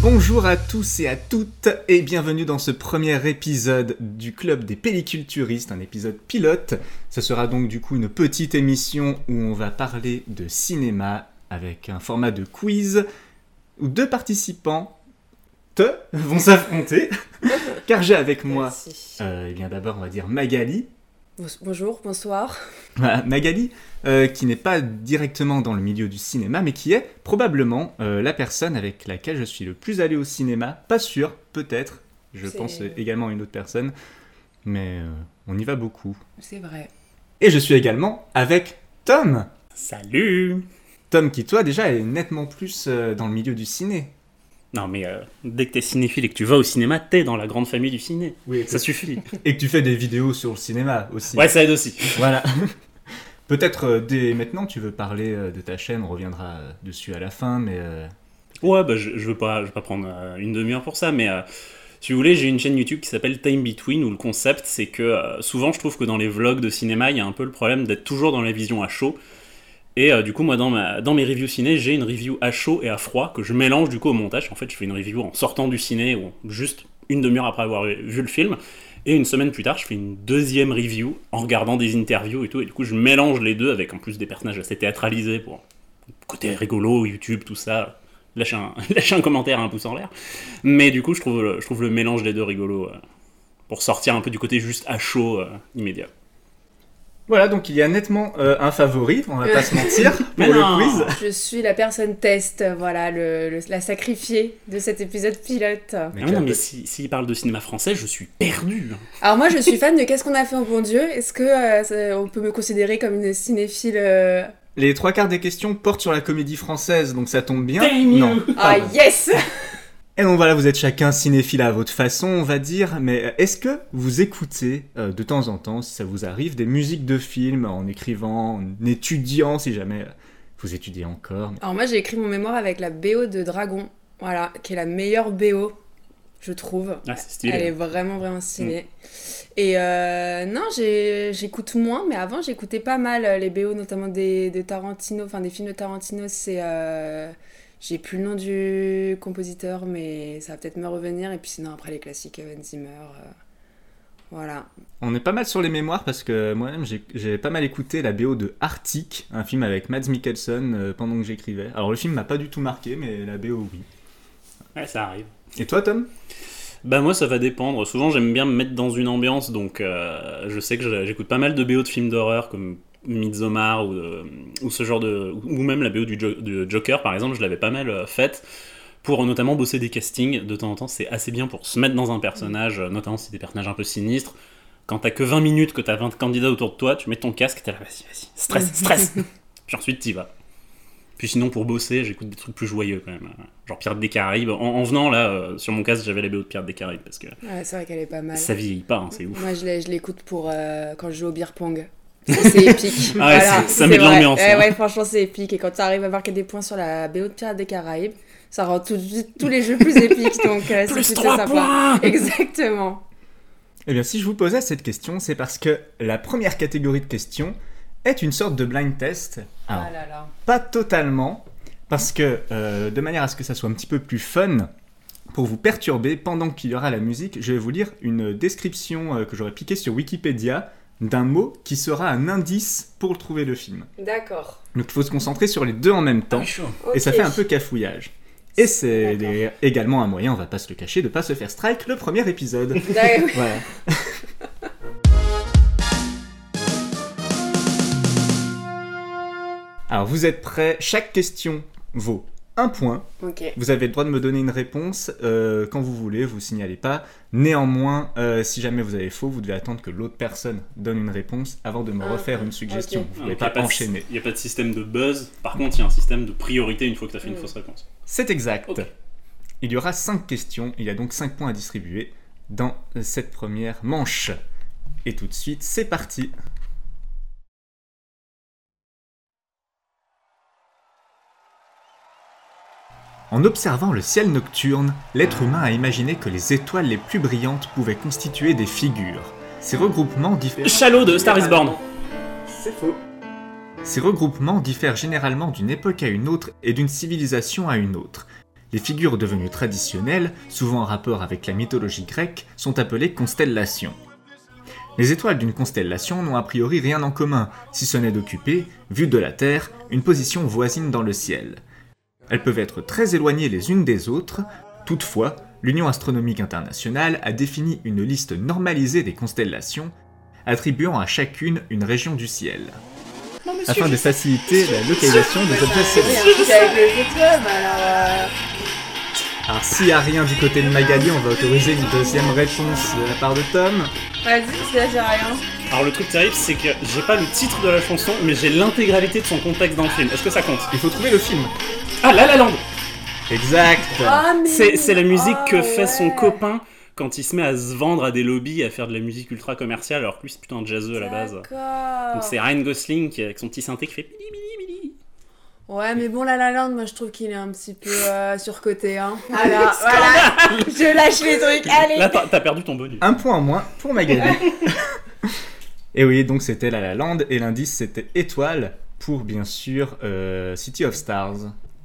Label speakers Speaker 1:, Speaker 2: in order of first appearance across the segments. Speaker 1: Bonjour à tous et à toutes et bienvenue dans ce premier épisode du Club des Pelliculturistes, un épisode pilote. Ce sera donc du coup une petite émission où on va parler de cinéma avec un format de quiz où deux participants te vont s'affronter. Car j'ai avec moi,
Speaker 2: Merci.
Speaker 1: euh, eh bien d'abord on va dire Magali.
Speaker 2: Bon- Bonjour, bonsoir.
Speaker 1: Voilà, Magali, euh, qui n'est pas directement dans le milieu du cinéma, mais qui est probablement euh, la personne avec laquelle je suis le plus allé au cinéma. Pas sûr, peut-être. Je
Speaker 2: C'est-
Speaker 1: pense également à une autre personne. Mais euh, on y va beaucoup.
Speaker 2: C'est vrai.
Speaker 1: Et je suis également avec Tom. Salut Tom qui, toi, déjà, est nettement plus euh, dans le milieu du ciné.
Speaker 3: Non, mais euh, dès que t'es cinéphile et que tu vas au cinéma, t'es dans la grande famille du ciné.
Speaker 1: Oui,
Speaker 3: Ça suffit.
Speaker 1: et que tu fais des vidéos sur le cinéma aussi.
Speaker 3: Ouais, ça aide aussi.
Speaker 1: Voilà. Peut-être euh, dès maintenant tu veux parler euh, de ta chaîne, on reviendra euh, dessus à la fin, mais euh,
Speaker 3: Ouais, bah, je, je veux pas, je veux pas prendre euh, une demi-heure pour ça, mais euh, si vous voulez, j'ai une chaîne YouTube qui s'appelle Time Between où le concept, c'est que euh, souvent, je trouve que dans les vlogs de cinéma, il y a un peu le problème d'être toujours dans la vision à chaud. Et euh, du coup, moi, dans, ma, dans mes reviews ciné, j'ai une review à chaud et à froid que je mélange du coup au montage. En fait, je fais une review en sortant du ciné ou juste une demi-heure après avoir vu le film. Et une semaine plus tard, je fais une deuxième review en regardant des interviews et tout. Et du coup, je mélange les deux avec en plus des personnages assez théâtralisés pour côté rigolo, YouTube, tout ça. Lâchez un, lâchez un commentaire, un pouce en l'air. Mais du coup, je trouve, le- je trouve le mélange des deux rigolo euh, pour sortir un peu du côté juste à chaud euh, immédiat.
Speaker 1: Voilà, donc il y a nettement euh, un favori, on va pas se mentir, pour
Speaker 3: Mais non.
Speaker 1: le quiz.
Speaker 2: Je suis la personne test, voilà, le, le- la sacrifiée de cet épisode pilote.
Speaker 3: Ah non, mais s'il si, s'il parle de cinéma français, je suis perdu. hein.
Speaker 2: Alors moi, je suis fan de Qu'est-ce qu'on a fait au bon Dieu Est-ce que euh, ça- on peut me considérer comme une cinéphile euh,
Speaker 1: Les trois quarts des questions portent sur la comédie française, donc ça tombe bien.
Speaker 3: Damn you.
Speaker 1: non.
Speaker 2: Ah
Speaker 1: Pardon.
Speaker 2: yes
Speaker 1: Et donc voilà, vous êtes chacun cinéphile à votre façon, on va dire, mais euh, est-ce que vous écoutez euh, de temps en temps, si ça vous arrive, des musiques de films en écrivant, en étudiant, si jamais euh, vous étudiez encore mais-
Speaker 2: Alors moi, j'ai écrit mon mémoire avec la BO de Dragon, voilà, qui est la meilleure BO, je trouve.
Speaker 3: Ah, c'est
Speaker 2: Elle est
Speaker 3: stylé.
Speaker 2: vraiment vraiment stylée. Et euh, non, j'ai- j'écoute moins, mais avant j'écoutais pas mal euh, les BO, notamment des, de Tarantino, enfin des films de Tarantino. C'est, euh, j'ai plus le nom du compositeur, mais ça va peut-être me revenir. Et puis sinon après les classiques, Evan Zimmer, euh, voilà.
Speaker 1: On est pas mal sur les mémoires parce que moi-même j'ai- j'ai pas mal écouté la BO de Arctic, un film avec Mads Mikkelsen euh, pendant que j'écrivais. Alors le film m'a pas du tout marqué, mais la BO oui.
Speaker 3: Ouais, ça arrive.
Speaker 1: Et toi Tom
Speaker 3: Bah moi ça va dépendre. Souvent j'aime bien me mettre dans une ambiance, donc euh, je sais que je- j'écoute pas mal de BO de films d'horreur comme Midsommar ou, euh, ou ce genre de ou même la BO du, Jo- du Joker par exemple, je l'avais pas mal euh, faite pour notamment bosser des castings. De temps en temps c'est assez bien pour se mettre dans un personnage, euh, notamment si c'est des personnages un peu sinistres. Quand t'as que 20 minutes, que t'as 20 candidats autour de toi, tu mets ton casque, t'es là vas-y vas-y stress stress. Puis ensuite t'y vas. Puis sinon, pour bosser, j'écoute des trucs plus joyeux quand même. euh, Genre Pirates des Caraïbes. En, en venant là, euh, sur mon casque, j'avais la BO de Pirates des Caraïbes parce que
Speaker 2: Ouais, c'est vrai qu'elle est pas mal.
Speaker 3: ça vieillit pas, hein, c'est ouf.
Speaker 2: Moi je l'ai- je l'écoute pour euh, quand je joue au beer pong. Ça, C'est épique.
Speaker 3: Ah ouais,
Speaker 2: Voilà,
Speaker 3: c'est- ça met de
Speaker 2: c'est vrai.
Speaker 3: l'ambiance,
Speaker 2: Ouais,
Speaker 3: hein.
Speaker 2: ouais, franchement, c'est épique. Et quand tu arrives à marquer des points sur la BO de Pirates des Caraïbes, ça rend tout de suite tous les jeux plus épiques. Donc, euh, c'est
Speaker 3: Plus
Speaker 2: plutôt
Speaker 3: 3
Speaker 2: sympa.
Speaker 3: points
Speaker 2: Exactement.
Speaker 1: Eh bien, si je vous posais cette question, c'est parce que la première catégorie de questions est une sorte de blind test.
Speaker 3: Ah.
Speaker 1: Alors,
Speaker 2: Ah là là.
Speaker 1: pas totalement, parce que euh, de manière à ce que ça soit un petit peu plus fun, pour vous perturber pendant qu'il y aura la musique, je vais vous lire une description euh, que j'aurais piquée sur Wikipédia d'un mot qui sera un indice pour trouver le film.
Speaker 2: D'accord.
Speaker 1: Donc il faut se concentrer sur les deux en même temps.
Speaker 3: Ah,
Speaker 1: Et ça fait un peu cafouillage. Et c'est
Speaker 2: D'accord.
Speaker 1: des- également un moyen, on va pas se le cacher, de pas se faire strike le premier épisode. Voilà. Alors vous êtes prêts Chaque question vaut un point.
Speaker 2: ok.
Speaker 1: Vous avez le droit de me donner une réponse euh, quand vous voulez, vous signalez pas. Néanmoins, euh, si jamais vous avez faux, vous devez attendre que l'autre personne donne une réponse avant de me
Speaker 2: Ah,
Speaker 1: refaire une suggestion.
Speaker 2: ok.
Speaker 1: Vous pouvez pas enchaîner.
Speaker 3: Il n'y a Ah, pas de système de buzz. Par contre, il y a un système de priorité une fois que t'as fait une
Speaker 2: Mm.
Speaker 3: fausse réponse.
Speaker 1: C'est exact.
Speaker 3: Ok.
Speaker 1: Il y aura 5 questions, il y a donc 5 points à distribuer dans cette première manche. Et tout de suite, c'est parti. En observant le ciel nocturne, l'être humain a imaginé que les étoiles les plus brillantes pouvaient constituer des figures. Ces regroupements diffèrent...
Speaker 3: Shallow de Star is Born.
Speaker 1: C'est faux. Ces regroupements diffèrent généralement d'une époque à une autre et d'une civilisation à une autre. Les figures devenues traditionnelles, souvent en rapport avec la mythologie grecque, sont appelées constellations. Les étoiles d'une constellation n'ont a priori rien en commun, si ce n'est d'occuper, vue de la Terre, une position voisine dans le ciel. Elles peuvent être très éloignées les unes des autres, toutefois, l'Union astronomique internationale a défini une liste normalisée des constellations, attribuant à chacune une région du ciel, afin de faciliter la localisation des objets célestes.
Speaker 2: avec les étoiles, alors.
Speaker 1: Alors s'il n'y a rien du côté de Magali, on va autoriser une deuxième réponse de la part de Tom.
Speaker 2: euh, Vas-y, parce que là, j'ai rien.
Speaker 3: Alors le truc terrible, c'est que j'ai pas le titre de la chanson, mais j'ai l'intégralité de son contexte dans le film. Est-ce que ça compte
Speaker 1: Il faut trouver le film.
Speaker 3: Ah, La La Land
Speaker 1: Exact.
Speaker 2: Ah, mais
Speaker 3: C'est c'est la musique
Speaker 2: Ah,
Speaker 3: que fait son
Speaker 2: ouais.
Speaker 3: copain quand il se met à se vendre à des lobbies, à faire de la musique ultra commerciale, alors que lui c'est plutôt un jazzeux à la base.
Speaker 2: D'accord.
Speaker 3: Donc c'est Ryan Gosling qui, avec son petit synthé qui fait bili, bili, bili.
Speaker 2: Ouais, mais bon, La La Land, moi je trouve qu'il est un petit peu euh, surcoté. Hein. Alors, voilà, je lâche les trucs, allez.
Speaker 3: Là t'as t'as perdu ton bonus.
Speaker 1: Un point en moins pour Magali. et oui, donc c'était La La Land et l'indice c'était étoile pour bien sûr euh, City of Stars.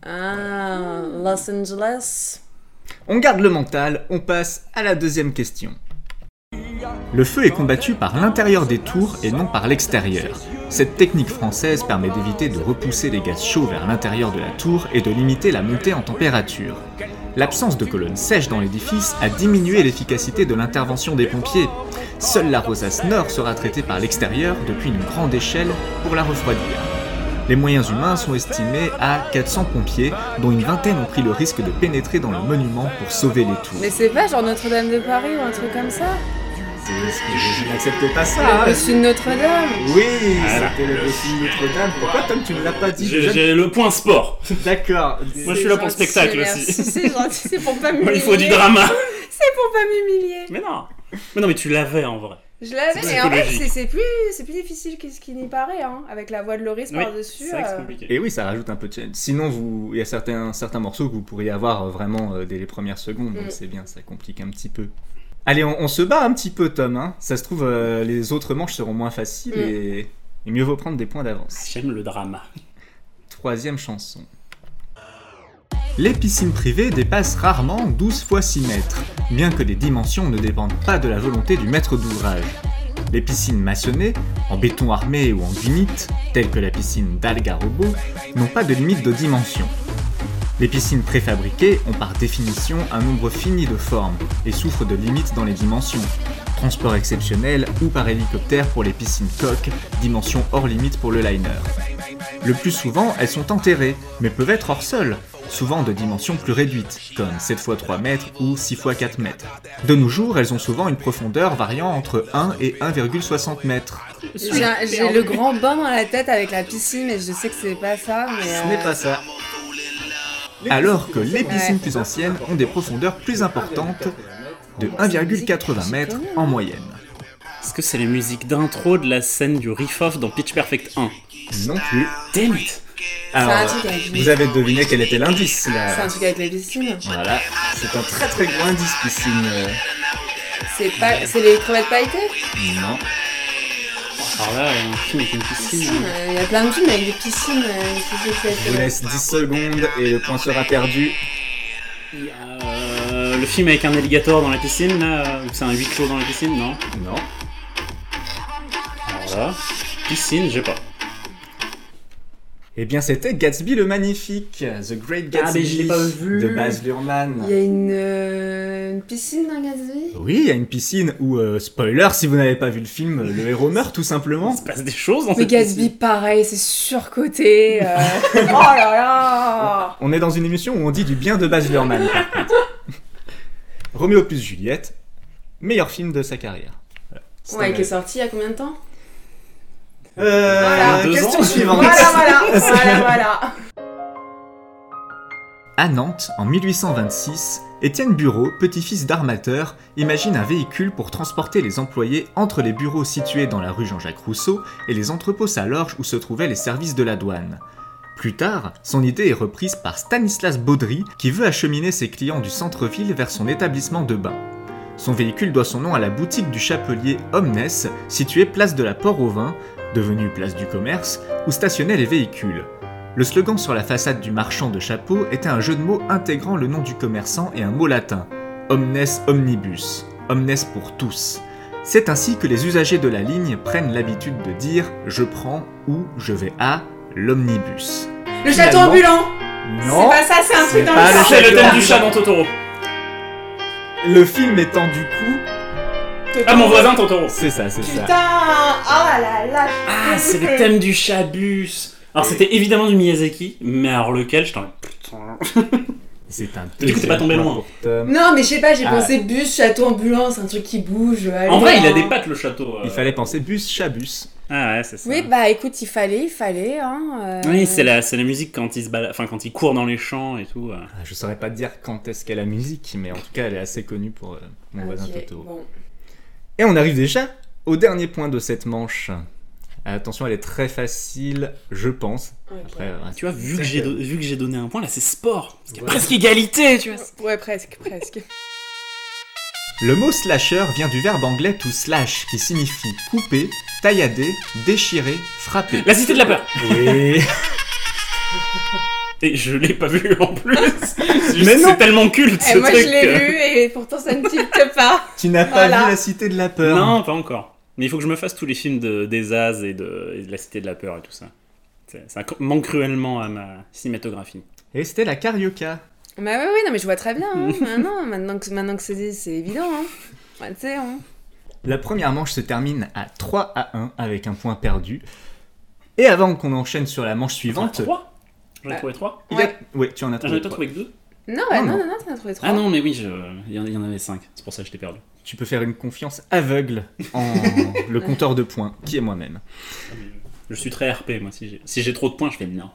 Speaker 2: Ah, Los Angeles.
Speaker 1: On garde le mental, on passe à la deuxième question. Le feu est combattu par l'intérieur des tours et non par l'extérieur. Cette technique française permet d'éviter de repousser les gaz chauds vers l'intérieur de la tour et de limiter la montée en température. L'absence de colonnes sèches dans l'édifice a diminué l'efficacité de l'intervention des pompiers. Seule la rosace nord sera traitée par l'extérieur depuis une grande échelle pour la refroidir. Les moyens humains sont estimés à 400 pompiers, dont une vingtaine ont pris le risque de pénétrer dans le monument pour sauver les tours.
Speaker 2: Mais c'est pas genre Notre-Dame de Paris ou un truc comme ça
Speaker 1: Je n'accepte pas
Speaker 2: Le
Speaker 3: Ah,
Speaker 1: ça. hein.
Speaker 2: bossu de Notre-Dame
Speaker 1: Oui,
Speaker 3: Voilà.
Speaker 1: c'était le dossier de Notre-Dame. Pourquoi Tom, tu ne l'as pas dit
Speaker 3: J'ai
Speaker 1: déjà
Speaker 3: j'ai le point sport.
Speaker 1: D'accord.
Speaker 3: Moi, je suis là pour le
Speaker 2: Gentil,
Speaker 3: spectacle
Speaker 2: merci,
Speaker 3: aussi.
Speaker 2: C'est gentil, c'est pour pas
Speaker 3: Moi,
Speaker 2: m'humilier.
Speaker 3: Il faut du drama.
Speaker 2: C'est pour pas m'humilier.
Speaker 3: Mais non. Mais non mais tu l'avais en vrai.
Speaker 2: Je l'avais,
Speaker 3: C'est
Speaker 2: mais en fait,
Speaker 3: psychologique.
Speaker 2: c'est- c'est plus, c'est plus difficile que ce qui n'y paraît, hein, avec la voix de Loris
Speaker 3: Oui,
Speaker 2: par-dessus.
Speaker 3: c'est vrai que c'est
Speaker 2: euh.
Speaker 3: compliqué.
Speaker 1: Et Eh oui, ça rajoute un peu de challenge. Sinon, vous, il y a certains, certains morceaux que vous pourriez avoir euh, vraiment euh, dès les premières secondes, donc
Speaker 2: Mm.
Speaker 1: c'est bien, ça complique un petit peu. Allez, on, on se bat un petit peu, Tom. hein. Ça se trouve, euh, les autres manches seront moins faciles
Speaker 2: Mm.
Speaker 1: et, et mieux vaut prendre des points d'avance.
Speaker 3: J'aime le drama.
Speaker 1: Troisième chanson. Les piscines privées dépassent rarement 12 fois 6 mètres, bien que les dimensions ne dépendent pas de la volonté du maître d'ouvrage. Les piscines maçonnées, en béton armé ou en granite, telles que la piscine d'Algarobo, n'ont pas de limite de dimension. Les piscines préfabriquées ont par définition un nombre fini de formes et souffrent de limites dans les dimensions. Transport exceptionnel ou par hélicoptère pour les piscines coques, dimension hors limite pour le liner. Le plus souvent, elles sont enterrées, mais peuvent être hors sol, souvent de dimensions plus réduites, comme 7 x 3 mètres ou 6 x 4 mètres. De nos jours, elles ont souvent une profondeur variant entre 1 et 1,60 mètres.
Speaker 2: J'ai un- J'ai le grand bain dans la tête avec la piscine, et je sais que c'est pas ça, mais.
Speaker 1: Ce
Speaker 2: euh,
Speaker 1: n'est pas ça. Alors que les piscines plus anciennes ont des profondeurs plus importantes, de 1,80 mètres en moyenne.
Speaker 3: Est-ce que c'est la musique d'intro de la scène du riff-off dans Pitch Perfect 1
Speaker 1: Non plus.
Speaker 3: Damn it
Speaker 2: C'est un
Speaker 1: Alors,
Speaker 2: truc avec les-
Speaker 1: vous avez deviné quel était l'indice
Speaker 2: C'est
Speaker 1: là.
Speaker 2: un truc avec la piscine.
Speaker 1: Voilà, c'est un très très gros indice piscine. euh,
Speaker 2: C'est pas, c'est les crevettes pailletées.
Speaker 1: Non.
Speaker 3: Alors là, un film avec une piscine. hein.
Speaker 2: Piscine, euh, Il y a plein de films avec des piscines. euh, c'est- c'est-
Speaker 1: Je vous
Speaker 2: c'est-
Speaker 1: laisse 10 secondes et le point sera perdu.
Speaker 3: Il y a, euh, le film avec un alligator dans la piscine, là, euh, ou c'est un huis clos dans la piscine, non
Speaker 1: Non.
Speaker 3: Alors là, piscine, j'ai pas.
Speaker 1: Eh bien, c'était Gatsby le Magnifique, The Great Gatsby
Speaker 3: Ah, mais je l'ai pas vu.
Speaker 1: de Baz
Speaker 2: Il
Speaker 1: Luhrmann.
Speaker 2: y a une, euh, une piscine dans Gatsby.
Speaker 1: Oui, il y a une piscine où, euh, spoiler, si vous n'avez pas vu le film, euh, le héros meurt tout simplement.
Speaker 3: Il se passe des choses dans
Speaker 2: Mais
Speaker 3: cette
Speaker 2: Gatsby,
Speaker 3: piscine.
Speaker 2: pareil, c'est surcoté. euh. oh là là
Speaker 1: On est dans une émission où on dit du bien de Baz Luhrmann. par contre. Roméo plus Juliette, meilleur film de sa carrière. Voilà. C'est un-
Speaker 2: Ouais, qui est sorti il y a combien de temps
Speaker 1: Euh,
Speaker 2: Voilà.
Speaker 3: Deux
Speaker 1: question
Speaker 3: ans.
Speaker 1: suivante.
Speaker 2: Voilà, voilà, voilà, voilà.
Speaker 1: À Nantes, en 1826, Étienne Bureau, petit-fils d'armateur, imagine un véhicule pour transporter les employés entre les bureaux situés dans la rue Jean-Jacques Rousseau et les entrepôts Salorge où se trouvaient les services de la douane. Plus tard, son idée est reprise par Stanislas Baudry qui veut acheminer ses clients du centre-ville vers son établissement de bain. Son véhicule doit son nom à la boutique du chapelier Omnes, située place de la Port-au-Vin, devenue place du commerce, où stationnaient les véhicules. Le slogan sur la façade du marchand de chapeaux était un jeu de mots intégrant le nom du commerçant et un mot latin, omnes omnibus, omnes pour tous. C'est ainsi que les usagers de la ligne prennent l'habitude de dire je prends ou je vais à l'omnibus.
Speaker 2: Le
Speaker 1: Finalement,
Speaker 2: château ambulant
Speaker 1: Non,
Speaker 2: C'est pas ça, c'est un
Speaker 1: c'est
Speaker 2: truc dans
Speaker 1: pas
Speaker 2: le
Speaker 1: le
Speaker 2: sang.
Speaker 3: C'est le thème
Speaker 1: Totoro.
Speaker 3: du chat dans Totoro.
Speaker 1: le film étant du coup,
Speaker 3: Ah, mon voisin Totoro.
Speaker 1: c'est ça, c'est
Speaker 2: Putain
Speaker 1: ça.
Speaker 2: Oh là là
Speaker 3: Ah, c'est le thème du chat bus. Alors, c'était évidemment du Miyazaki, mais alors lequel Je t'en. Putain.
Speaker 1: C'est un.
Speaker 3: Du coup, t'es pas tombé loin.
Speaker 1: Tom.
Speaker 2: Non, mais je sais pas, j'ai
Speaker 1: Ah.
Speaker 2: pensé bus, château ambulant, c'est un truc qui bouge.
Speaker 3: En
Speaker 2: allez,
Speaker 3: vrai, il a
Speaker 2: hein.
Speaker 3: des pattes le château. euh.
Speaker 1: Il fallait penser bus, chabus.
Speaker 3: Ah, ouais, c'est ça.
Speaker 2: Oui, bah écoute, il fallait, il fallait. Hein, euh,
Speaker 3: Oui, c'est la, c'est la musique quand il se balade, enfin quand il court dans les champs et tout. euh.
Speaker 1: Ah, Je saurais pas te dire quand est-ce qu'est la musique, mais en tout cas, elle est assez connue pour euh, mon
Speaker 2: Ah, ok,
Speaker 1: voisin Toto.
Speaker 2: bon.
Speaker 1: Et on arrive déjà au dernier point de cette manche. Attention, elle est très facile, je pense.
Speaker 2: Ok.
Speaker 1: Après, euh,
Speaker 3: Tu vois, vu que j'ai do- vu que j'ai donné un point, là c'est sport. Parce qu'il y a
Speaker 1: Ouais.
Speaker 3: presque égalité, tu vois.
Speaker 2: Ouais, presque, presque.
Speaker 1: Le mot slasher vient du verbe anglais to slash, qui signifie couper, taillader, déchirer, frapper.
Speaker 3: La cité de la peur.
Speaker 1: Oui.
Speaker 3: Et je l'ai pas vu en plus. C'est juste-
Speaker 1: Mais non.
Speaker 3: c'est tellement culte ce
Speaker 2: Eh, moi,
Speaker 3: truc. euh.
Speaker 2: je l'ai
Speaker 3: que-
Speaker 2: lu et pourtant ça ne tilte pas.
Speaker 1: tu n'as pas
Speaker 2: Voilà.
Speaker 1: vu la cité de la peur.
Speaker 3: Non, pas encore. Mais il faut que je me fasse tous les films de, des As et de, et de la cité de la peur et tout ça. C'est- Ça co- manque cruellement à ma cinématographie.
Speaker 1: Et c'était la carioca.
Speaker 2: Bah ouais, ouais, non, mais je vois très bien. Hein. Ah non, maintenant que, maintenant que c'est dit, c'est évident. Hein. Ouais, tu sais, hein.
Speaker 1: La première manche se termine à 3 à 1 avec un point perdu. Et avant qu'on enchaîne sur la manche suivante,
Speaker 3: Trois J'en ai
Speaker 2: Ah.
Speaker 3: trouvé trois
Speaker 1: il y a-
Speaker 2: Ouais.
Speaker 1: ouais, tu en as
Speaker 3: Ah, J'en
Speaker 1: trouvé
Speaker 3: ai pas
Speaker 1: trois.
Speaker 3: trouvé que deux
Speaker 2: Non, bah,
Speaker 1: Non,
Speaker 2: non,
Speaker 1: non.
Speaker 2: non, non, t'en as trouvé trois.
Speaker 3: Ah non, mais oui, je... il y en- il y en avait cinq. C'est pour ça que je t'ai perdu.
Speaker 1: Tu peux faire une confiance aveugle en le compteur de points, qui est moi-même.
Speaker 3: Je suis très RP, moi. Si j'ai si j'ai trop de points, je fais non.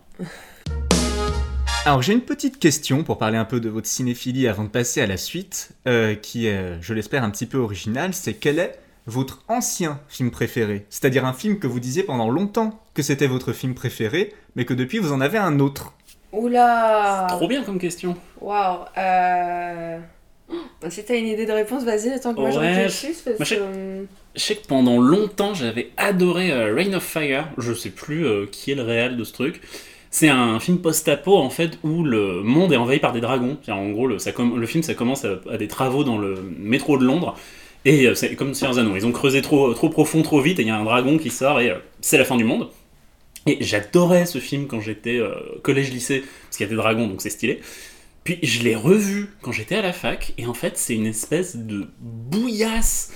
Speaker 1: Alors j'ai une petite question pour parler un peu de votre cinéphilie avant de passer à la suite, euh, qui est, je l'espère, un petit peu originale, c'est quel est votre ancien film préféré C'est-à-dire un film que vous disiez pendant longtemps que c'était votre film préféré, mais que depuis vous en avez un autre.
Speaker 2: Oula
Speaker 3: Trop bien comme question.
Speaker 2: Waouh euh... oh, Si t'as une idée de réponse, vas-y, attends que moi je
Speaker 3: Ouais.
Speaker 2: réfléchisse. Parce
Speaker 3: Moi, je-
Speaker 2: que, euh,
Speaker 3: Je sais que pendant longtemps, j'avais adoré euh, Reign of Fire. Je sais plus euh, qui est le réel de ce truc. C'est un film post-apo en fait où le monde est envahi par des dragons. C'est-à-dire, En gros, le, ça com- le film ça commence à, à des travaux dans le métro de Londres et euh, c'est comme Seigneur des Anneaux. Ils ont creusé trop, euh, trop profond, trop vite et il y a un dragon qui sort et euh, c'est la fin du monde. Et j'adorais ce film quand j'étais euh, collège lycée parce qu'il y a des dragons donc c'est stylé. Puis je l'ai revu quand j'étais à la fac et en fait c'est une espèce de bouillasse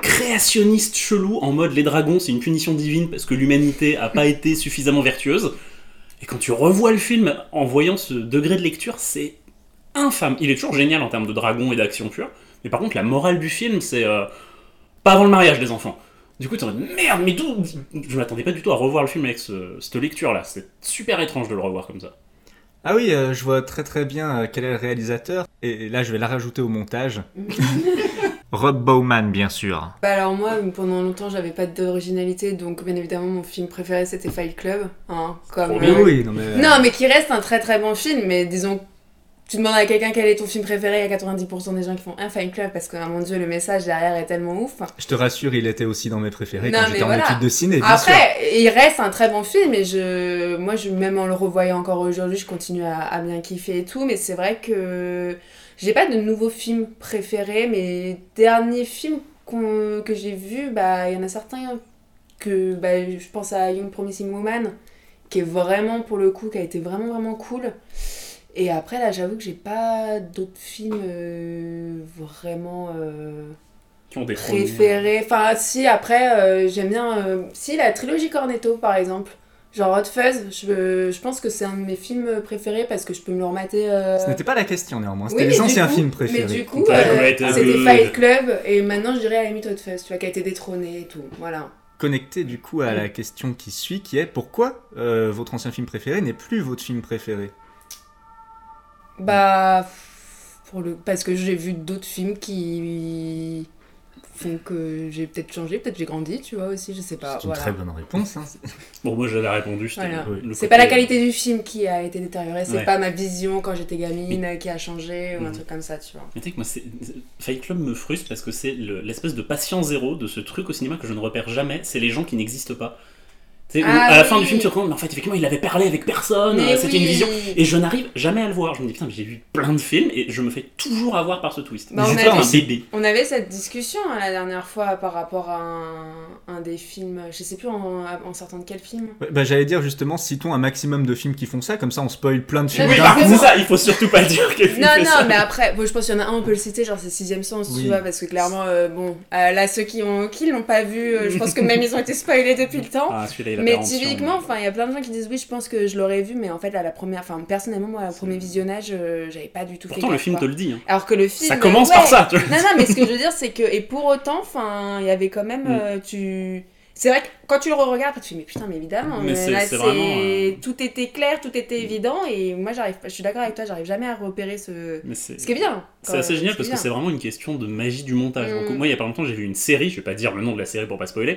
Speaker 3: créationniste chelou en mode les dragons c'est une punition divine parce que l'humanité a pas été suffisamment vertueuse. Et quand tu revois le film en voyant ce degré de lecture, c'est infâme. Il est toujours génial en termes de dragons et d'action pure, mais par contre la morale du film c'est euh, pas avant le mariage des enfants. Du coup, t'es en mode merde, mais d'où Je m'attendais pas du tout à revoir le film avec ce- cette lecture-là. C'est super étrange de le revoir comme ça.
Speaker 1: Ah oui, euh, je vois très très bien euh, quel est le réalisateur, et là je vais la rajouter au montage. Rob Bowman, bien sûr.
Speaker 2: Bah alors moi, pendant longtemps, j'avais pas d'originalité, donc bien évidemment, mon film préféré, c'était Fight Club. Hein, comme,
Speaker 3: Trop
Speaker 1: Mais
Speaker 3: bien.
Speaker 2: euh,
Speaker 1: Ah oui, non mais...
Speaker 2: Non, mais qui reste un très très bon film, mais disons... Tu demandes à quelqu'un quel est ton film préféré, il y a 90% des gens qui font un Fight Club parce que, ah, mon dieu, le message derrière est tellement ouf.
Speaker 1: Je te rassure, il était aussi dans mes préférés
Speaker 2: Non,
Speaker 1: quand
Speaker 2: mais
Speaker 1: j'étais en
Speaker 2: voilà.
Speaker 1: études de ciné, bien sûr.
Speaker 2: Après, il reste un très bon film et je, moi, je, même en le revoyant encore aujourd'hui, je continue à, à bien kiffer et tout. Mais c'est vrai que j'ai pas de nouveaux films préférés. Mes derniers films qu'on- que j'ai vus, bah, il y en a certains que bah, je pense à Young Promising Woman, qui est vraiment pour le coup, qui a été vraiment vraiment cool. Et après, là, j'avoue que j'ai pas d'autres films euh, vraiment. euh,
Speaker 3: Qui ont des
Speaker 2: préféré. Enfin, si, après, euh, j'aime bien. euh, si, la trilogie Cornetto, par exemple. Genre Hot Fuzz, je, je pense que c'est un de mes films préférés parce que je peux me le remater. euh,
Speaker 1: Ce n'était pas la question néanmoins,
Speaker 2: oui,
Speaker 1: c'était
Speaker 2: mais
Speaker 1: les
Speaker 2: du
Speaker 1: anciens
Speaker 2: coup-
Speaker 1: films préférés.
Speaker 2: Mais du coup,
Speaker 3: Pas
Speaker 2: euh,
Speaker 3: Great and
Speaker 2: c'était
Speaker 3: Good.
Speaker 2: Fight Club et maintenant je dirais à la limite Hot Fuzz, tu vois, qui a été détrôné et tout. Voilà.
Speaker 1: Connecté du coup à la question qui suit, qui est pourquoi euh, votre ancien film préféré n'est plus votre film préféré
Speaker 2: Bah. Pour le... Parce que j'ai vu d'autres films qui font que j'ai peut-être changé, peut-être j'ai grandi, tu vois aussi, je sais pas.
Speaker 1: C'est une
Speaker 2: Bah, voilà.
Speaker 1: très bonne réponse. hein.
Speaker 3: Bon, moi j'avais répondu. c'était
Speaker 2: Voilà.
Speaker 3: le- le
Speaker 2: C'est pas la
Speaker 3: côté-
Speaker 2: qualité du film qui a été détériorée, c'est
Speaker 3: Ouais.
Speaker 2: pas ma vision quand j'étais gamine euh, qui a changé ou un
Speaker 3: Mhm.
Speaker 2: truc comme ça, tu vois.
Speaker 3: Mais tu sais que moi, c'est- Fight Club me frustre parce que c'est le- l'espèce de patient zéro de ce truc au cinéma que je ne repère jamais, c'est les gens qui n'existent pas. Tu sais,
Speaker 2: Ah
Speaker 3: à la
Speaker 2: oui.
Speaker 3: fin du film, tu te rends compte, mais en fait, effectivement, il avait parlé avec personne,
Speaker 2: Mais
Speaker 3: euh, c'était
Speaker 2: oui.
Speaker 3: une vision. Et je n'arrive jamais à le voir. Je me dis, putain, mais j'ai vu plein de films et je me fais toujours avoir par ce twist.
Speaker 2: Bah,
Speaker 3: je
Speaker 2: on
Speaker 3: suis comme
Speaker 1: avait-
Speaker 3: un bébé.
Speaker 2: On avait cette discussion hein, la dernière fois par rapport à un, un des films, je sais plus en, en sortant de quel film.
Speaker 1: Ouais, bah, J'allais dire justement, citons un maximum de films qui font ça, comme ça on spoil plein de films.
Speaker 2: Oui,
Speaker 3: Oui,
Speaker 2: mais
Speaker 1: d'un
Speaker 3: par
Speaker 2: c'est
Speaker 1: coup.
Speaker 3: contre, c'est ça, il faut surtout pas dire que le film
Speaker 2: Non,
Speaker 3: fait
Speaker 2: non,
Speaker 3: ça.
Speaker 2: mais après, bon, je pense qu'il y en a un, on peut le citer, genre c'est Sixième Sens,
Speaker 1: Oui.
Speaker 2: tu vois, parce que clairement, euh, bon, euh, là, ceux qui ont qui l'ont pas vu, euh, je pense que même ils ont été spoilés depuis le temps.
Speaker 3: Ah, celui-là, il a
Speaker 2: Mais
Speaker 3: pas rendu,
Speaker 2: typiquement,
Speaker 3: mais-
Speaker 2: enfin, il y a plein de gens qui disent oui, je pense que je l'aurais vu, mais en fait, à la première, enfin, personnellement, moi, au premier visionnage, euh, j'avais pas du tout fait
Speaker 3: Pourtant, le
Speaker 2: gaffe,
Speaker 3: film
Speaker 2: quoi.
Speaker 3: te le dit. hein.
Speaker 2: Alors que le film.
Speaker 3: Ça commence
Speaker 2: ouais.
Speaker 3: par ça, tu vois.
Speaker 2: Non, non, mais ce que je veux dire, c'est que. Et pour autant, enfin, il y avait quand même.
Speaker 3: Mm.
Speaker 2: euh, tu... C'est vrai que quand tu le re-regardes, tu te dis, mais putain, mais évidemment.
Speaker 3: Mais
Speaker 2: euh,
Speaker 3: c'est-
Speaker 2: là,
Speaker 3: c'est
Speaker 2: c'est.
Speaker 3: vraiment, euh,
Speaker 2: Tout était clair, tout était évident, et moi, j'arrive pas. Je suis d'accord avec toi, j'arrive jamais à repérer ce.
Speaker 3: Mais c'est-
Speaker 2: Ce qui est bien.
Speaker 3: C'est assez génial parce que c'est
Speaker 2: vrai.
Speaker 3: vraiment une question de magie du montage. Donc,
Speaker 2: Mm.
Speaker 3: moi, il y a pas longtemps, j'ai vu une série, je vais pas dire le nom de la série pour pas spoiler,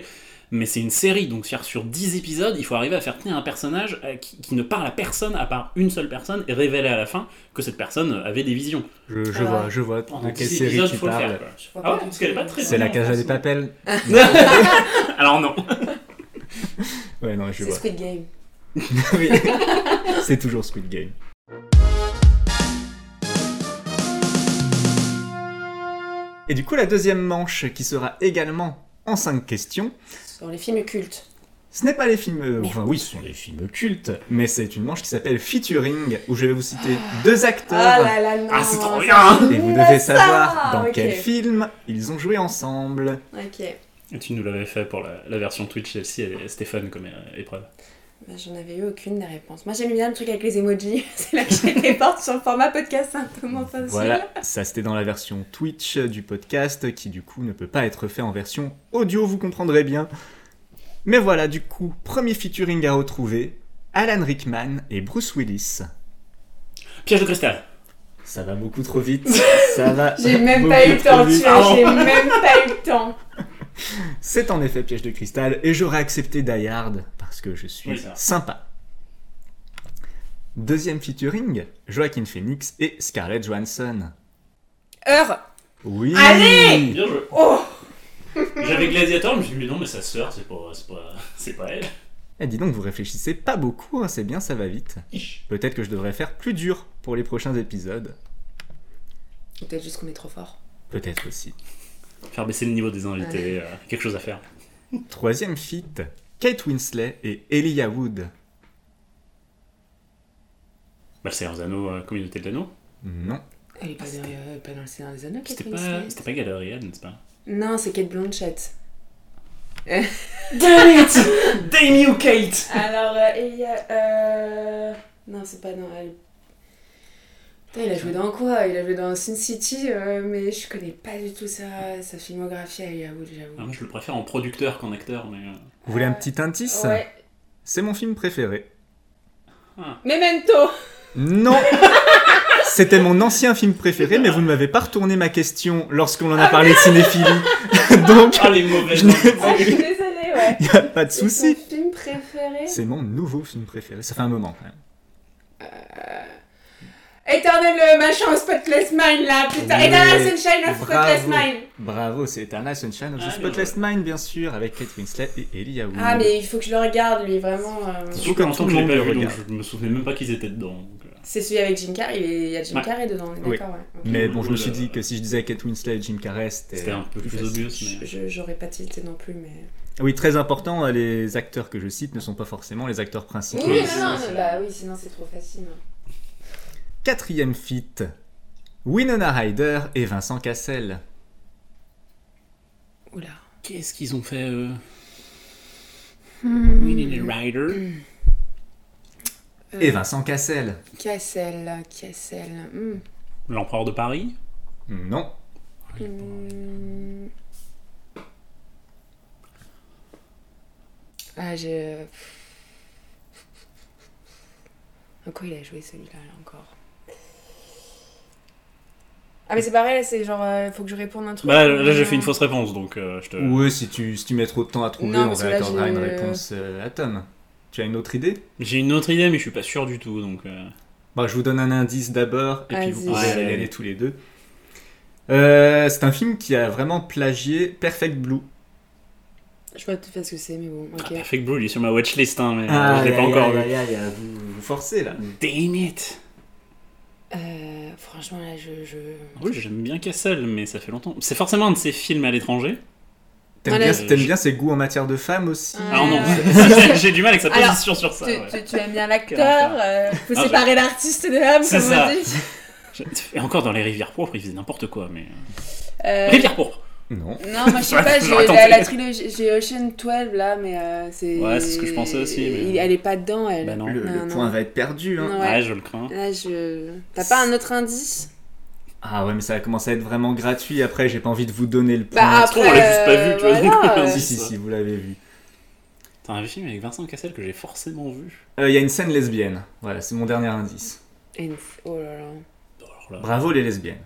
Speaker 3: mais c'est une série, donc sur, sur 10 épisodes, il faut arriver à faire tenir un personnage euh, qui, qui ne parle à personne à part une seule personne et révéler à la fin que cette personne avait des visions.
Speaker 1: Je, je
Speaker 2: Ah.
Speaker 1: vois, je vois de
Speaker 3: Pendant
Speaker 1: quelle
Speaker 3: 10
Speaker 1: série
Speaker 3: épisodes,
Speaker 1: tu
Speaker 3: faut le faire.
Speaker 1: parles.
Speaker 3: quoi. Ah ouais, parce qu'elle est pas très
Speaker 1: C'est la
Speaker 3: connue en
Speaker 1: Casa des
Speaker 3: France.
Speaker 1: Papel
Speaker 3: Alors non.
Speaker 1: Ouais, non, je
Speaker 2: C'est
Speaker 1: vois.
Speaker 2: Squid Game.
Speaker 1: Oui. C'est toujours Squid Game. Et du coup, la deuxième manche, qui sera également en cinq questions,
Speaker 2: Dans les films cultes.
Speaker 1: ce n'est pas les films... euh, Enfin oui, ce sont les films cultes, mais c'est une manche qui s'appelle Featuring, où je vais vous citer deux
Speaker 2: Ah
Speaker 1: acteurs,
Speaker 2: là là, non.
Speaker 3: Ah, c'est trop
Speaker 2: ça-
Speaker 3: bien
Speaker 1: et vous
Speaker 2: Oula,
Speaker 1: devez
Speaker 2: ça
Speaker 1: savoir dans
Speaker 2: Ok.
Speaker 1: quel film ils ont joué ensemble.
Speaker 2: Ok.
Speaker 3: Et tu nous l'avais fait pour la, la version Twitch, celle-ci, elle est Stéphane comme euh, épreuve.
Speaker 2: Bah, J'en avais eu aucune des réponses. Moi, j'aimais bien le truc avec les emojis. C'est là que j'ai les portes sur le format podcast, hein, c'est un peu moins facile.
Speaker 1: Voilà, ça c'était dans la version Twitch du podcast qui du coup ne peut pas être fait en version audio, vous comprendrez bien. Mais voilà, du coup, premier featuring à retrouver, Alan Rickman et Bruce Willis.
Speaker 3: Piège de cristal.
Speaker 1: Ça va beaucoup trop vite. Ça va.
Speaker 2: J'ai même pas eu le
Speaker 1: beaucoup
Speaker 2: temps,
Speaker 1: trop
Speaker 2: tu
Speaker 1: vite. Ah
Speaker 2: vois,
Speaker 3: Ah
Speaker 2: j'ai même pas eu le temps.
Speaker 1: C'est en effet piège de cristal et j'aurais accepté Die Hard parce que je suis
Speaker 3: Oui, ça va.
Speaker 1: sympa. Deuxième featuring, Joaquin Phoenix et Scarlett Johansson.
Speaker 2: Heure
Speaker 1: Oui.
Speaker 2: Allez
Speaker 3: Bien joué.
Speaker 2: Oh
Speaker 3: J'avais Gladiator, je me suis dit, mais non, mais sa sœur, c'est pas, c'est pas, c'est pas elle.
Speaker 1: Eh, dis donc, vous réfléchissez pas beaucoup, hein, c'est bien, ça va vite. Peut-être que je devrais faire plus dur pour les prochains épisodes.
Speaker 2: Peut-être juste qu'on est trop fort.
Speaker 1: Peut-être aussi.
Speaker 3: Faire baisser le niveau des invités, euh, quelque chose à faire.
Speaker 1: Troisième feat, Kate Winslet et Elijah Wood.
Speaker 3: Bah, c'est Arzano, euh, communauté de l'anneau.
Speaker 1: Non.
Speaker 2: Elle est pas, dans, euh, pas dans le Seigneur des Anneaux, Kate
Speaker 3: C'était
Speaker 2: Winslet.
Speaker 3: pas, c'était pas Galerian, n'est-ce pas
Speaker 2: Non, c'est Kate Blanchett.
Speaker 3: Damn it Damn you, Kate
Speaker 2: Alors, euh, et il y a... Euh... Non, c'est pas dans elle. Putain, il a joué dans quoi Il a joué dans Sin City, euh, mais je connais pas du tout sa, sa filmographie à Hollywood,
Speaker 3: Ah,
Speaker 2: j'avoue.
Speaker 3: Moi, je le préfère en producteur qu'en acteur, mais. euh,
Speaker 1: Vous voulez un petit indice
Speaker 2: Ouais.
Speaker 1: C'est mon film préféré.
Speaker 2: Memento
Speaker 1: Non C'était mon ancien film préféré, mais vous ne m'avez pas retourné ma question lorsqu'on en a parlé de cinéphilie. donc,
Speaker 3: Ah, les mauvais
Speaker 1: Je
Speaker 3: noms.
Speaker 2: Ah, Je suis désolée, ouais.
Speaker 1: y a pas de souci.
Speaker 2: Mon film préféré
Speaker 1: C'est mon nouveau film préféré. Ça fait un moment quand même.
Speaker 2: Éternel euh, machin au Spotless Mind là, putain.
Speaker 1: Ouais.
Speaker 2: Eternal Sunshine of Spotless
Speaker 1: Bravo.
Speaker 2: Mind.
Speaker 1: Bravo, c'est Eternal Sunshine of the
Speaker 3: Ah, bien
Speaker 1: Spotless Mind, bien sûr, avec Kate Winslet et Elijah Wood.
Speaker 2: Ah mais il faut que je le regarde lui vraiment. euh,
Speaker 3: C'est
Speaker 1: Comme
Speaker 3: super longtemps
Speaker 1: tout
Speaker 3: que
Speaker 1: le
Speaker 3: je l'ai pas
Speaker 1: monde
Speaker 3: vu,
Speaker 1: le
Speaker 3: donc
Speaker 1: regarde.
Speaker 3: je me souvenais même pas qu'ils étaient dedans. donc, euh,
Speaker 2: C'est celui avec Jim Carrey, il est- il y a Jim
Speaker 3: Ouais.
Speaker 2: Carrey dedans, on est
Speaker 1: Oui.
Speaker 2: d'accord. Ouais. ok.
Speaker 1: Mais bon, je me suis
Speaker 3: Oula.
Speaker 1: dit que si je disais Kate Winslet et Jim Carrey, c'était...
Speaker 3: euh, C'était un peu plus
Speaker 1: facile.
Speaker 3: obvious,
Speaker 2: Je-
Speaker 3: mais.
Speaker 2: je- J'aurais pas tilté non plus, mais.
Speaker 1: Oui, très important, les acteurs que je cite ne sont pas forcément les acteurs principaux.
Speaker 3: Oui,
Speaker 2: Oui,
Speaker 3: c'est-
Speaker 2: non, non,
Speaker 3: c'est-
Speaker 2: bah oui, sinon c'est trop facile. hein.
Speaker 1: Quatrième feat, Winona Ryder et Vincent Cassel.
Speaker 2: Oula.
Speaker 3: Qu'est-ce qu'ils ont fait, euh...
Speaker 2: Hmm.
Speaker 3: Winona Ryder
Speaker 2: Euh,
Speaker 1: Et Vincent Cassel
Speaker 2: Cassel, Cassel. hmm.
Speaker 3: L'empereur de Paris
Speaker 1: Non.
Speaker 2: Hmm. Ah, je. En quoi il a joué celui-là, là encore Ah, mais c'est pareil, là, c'est genre. euh, faut que je réponde un truc.
Speaker 3: Bah, là, j'ai fait une
Speaker 2: Euh,
Speaker 3: fausse réponse, donc euh, je te.
Speaker 1: Oui, si tu, si tu mets trop de temps à trouver,
Speaker 2: Non,
Speaker 1: on
Speaker 2: parce que là,
Speaker 1: réaccordera
Speaker 2: j'ai-
Speaker 1: une réponse euh, à Tom. Tu as une autre idée
Speaker 3: J'ai une autre idée, mais je suis pas sûr du tout, donc. euh,
Speaker 1: bah, Je vous donne un indice d'abord, et puis vous
Speaker 2: Vas-y.
Speaker 1: pouvez
Speaker 3: Ouais,
Speaker 1: la
Speaker 3: ouais.
Speaker 1: gagner tous les deux. Euh, c'est un film qui a vraiment plagié Perfect Blue.
Speaker 2: Je vois tout à fait ce que c'est, mais bon, ok.
Speaker 3: Ah, Perfect Blue, il est sur ma watchlist, hein, mais
Speaker 1: Ah,
Speaker 3: euh, je l'ai pas
Speaker 1: aïe,
Speaker 3: encore
Speaker 1: aïe,
Speaker 3: vu.
Speaker 1: aïe, aïe, aïe, vous, vous forcez là.
Speaker 3: Damn it
Speaker 2: Euh, franchement, là, je. je...
Speaker 3: Oui, j'aime bien Castle, mais ça fait longtemps. C'est forcément un de ses films à l'étranger.
Speaker 1: T'aimes
Speaker 2: Voilà.
Speaker 1: bien, t'aimes bien ses goûts en matière de femmes aussi
Speaker 2: Ah,
Speaker 3: Ah non, j'ai du mal avec sa
Speaker 2: Alors,
Speaker 3: position sur ça.
Speaker 2: tu,
Speaker 3: ouais.
Speaker 2: tu- tu aimes bien
Speaker 3: Quelle
Speaker 2: l'acteur, euh, faut
Speaker 3: Ah, je-
Speaker 2: séparer l'artiste de l'homme,
Speaker 3: C'est
Speaker 2: comme
Speaker 3: ça.
Speaker 2: on dit.
Speaker 3: Je- Et encore dans les rivières pourpres, il faisait n'importe quoi, mais.
Speaker 2: Euh,
Speaker 3: Rivières pourpres
Speaker 1: Non.
Speaker 2: Non, moi je sais
Speaker 3: J'aurais-
Speaker 2: pas, j'ai
Speaker 3: j'aurais
Speaker 2: la, la
Speaker 3: tenté.
Speaker 2: trilogie, j'ai Ocean 12 là, mais euh, c'est.
Speaker 3: Ouais, c'est ce que je pensais aussi, mais-
Speaker 2: Il- Elle est pas dedans, elle.
Speaker 3: Bah non.
Speaker 1: Le, le
Speaker 2: Non,
Speaker 1: point
Speaker 2: non.
Speaker 1: va être perdu. Hein.
Speaker 2: Non,
Speaker 3: Ouais.
Speaker 2: ouais.
Speaker 3: je le crains.
Speaker 2: Là, je. T'as pas un autre indice
Speaker 1: Ah ouais, mais ça va commencer à être vraiment gratuit. Après, j'ai pas envie de vous donner le point.
Speaker 2: Bah
Speaker 3: se trouve, on l'a juste pas vu, tu vois,
Speaker 2: euh,
Speaker 3: donc,
Speaker 2: voilà,
Speaker 3: vas-y.
Speaker 1: si, si, si, vous l'avez vu.
Speaker 3: T'as un film avec Vincent Cassel que j'ai forcément vu.
Speaker 1: Euh, Il y a une scène lesbienne. Voilà, c'est mon dernier indice.
Speaker 2: Et une- Oh là là.
Speaker 3: Alors là,
Speaker 1: Bravo les lesbiennes.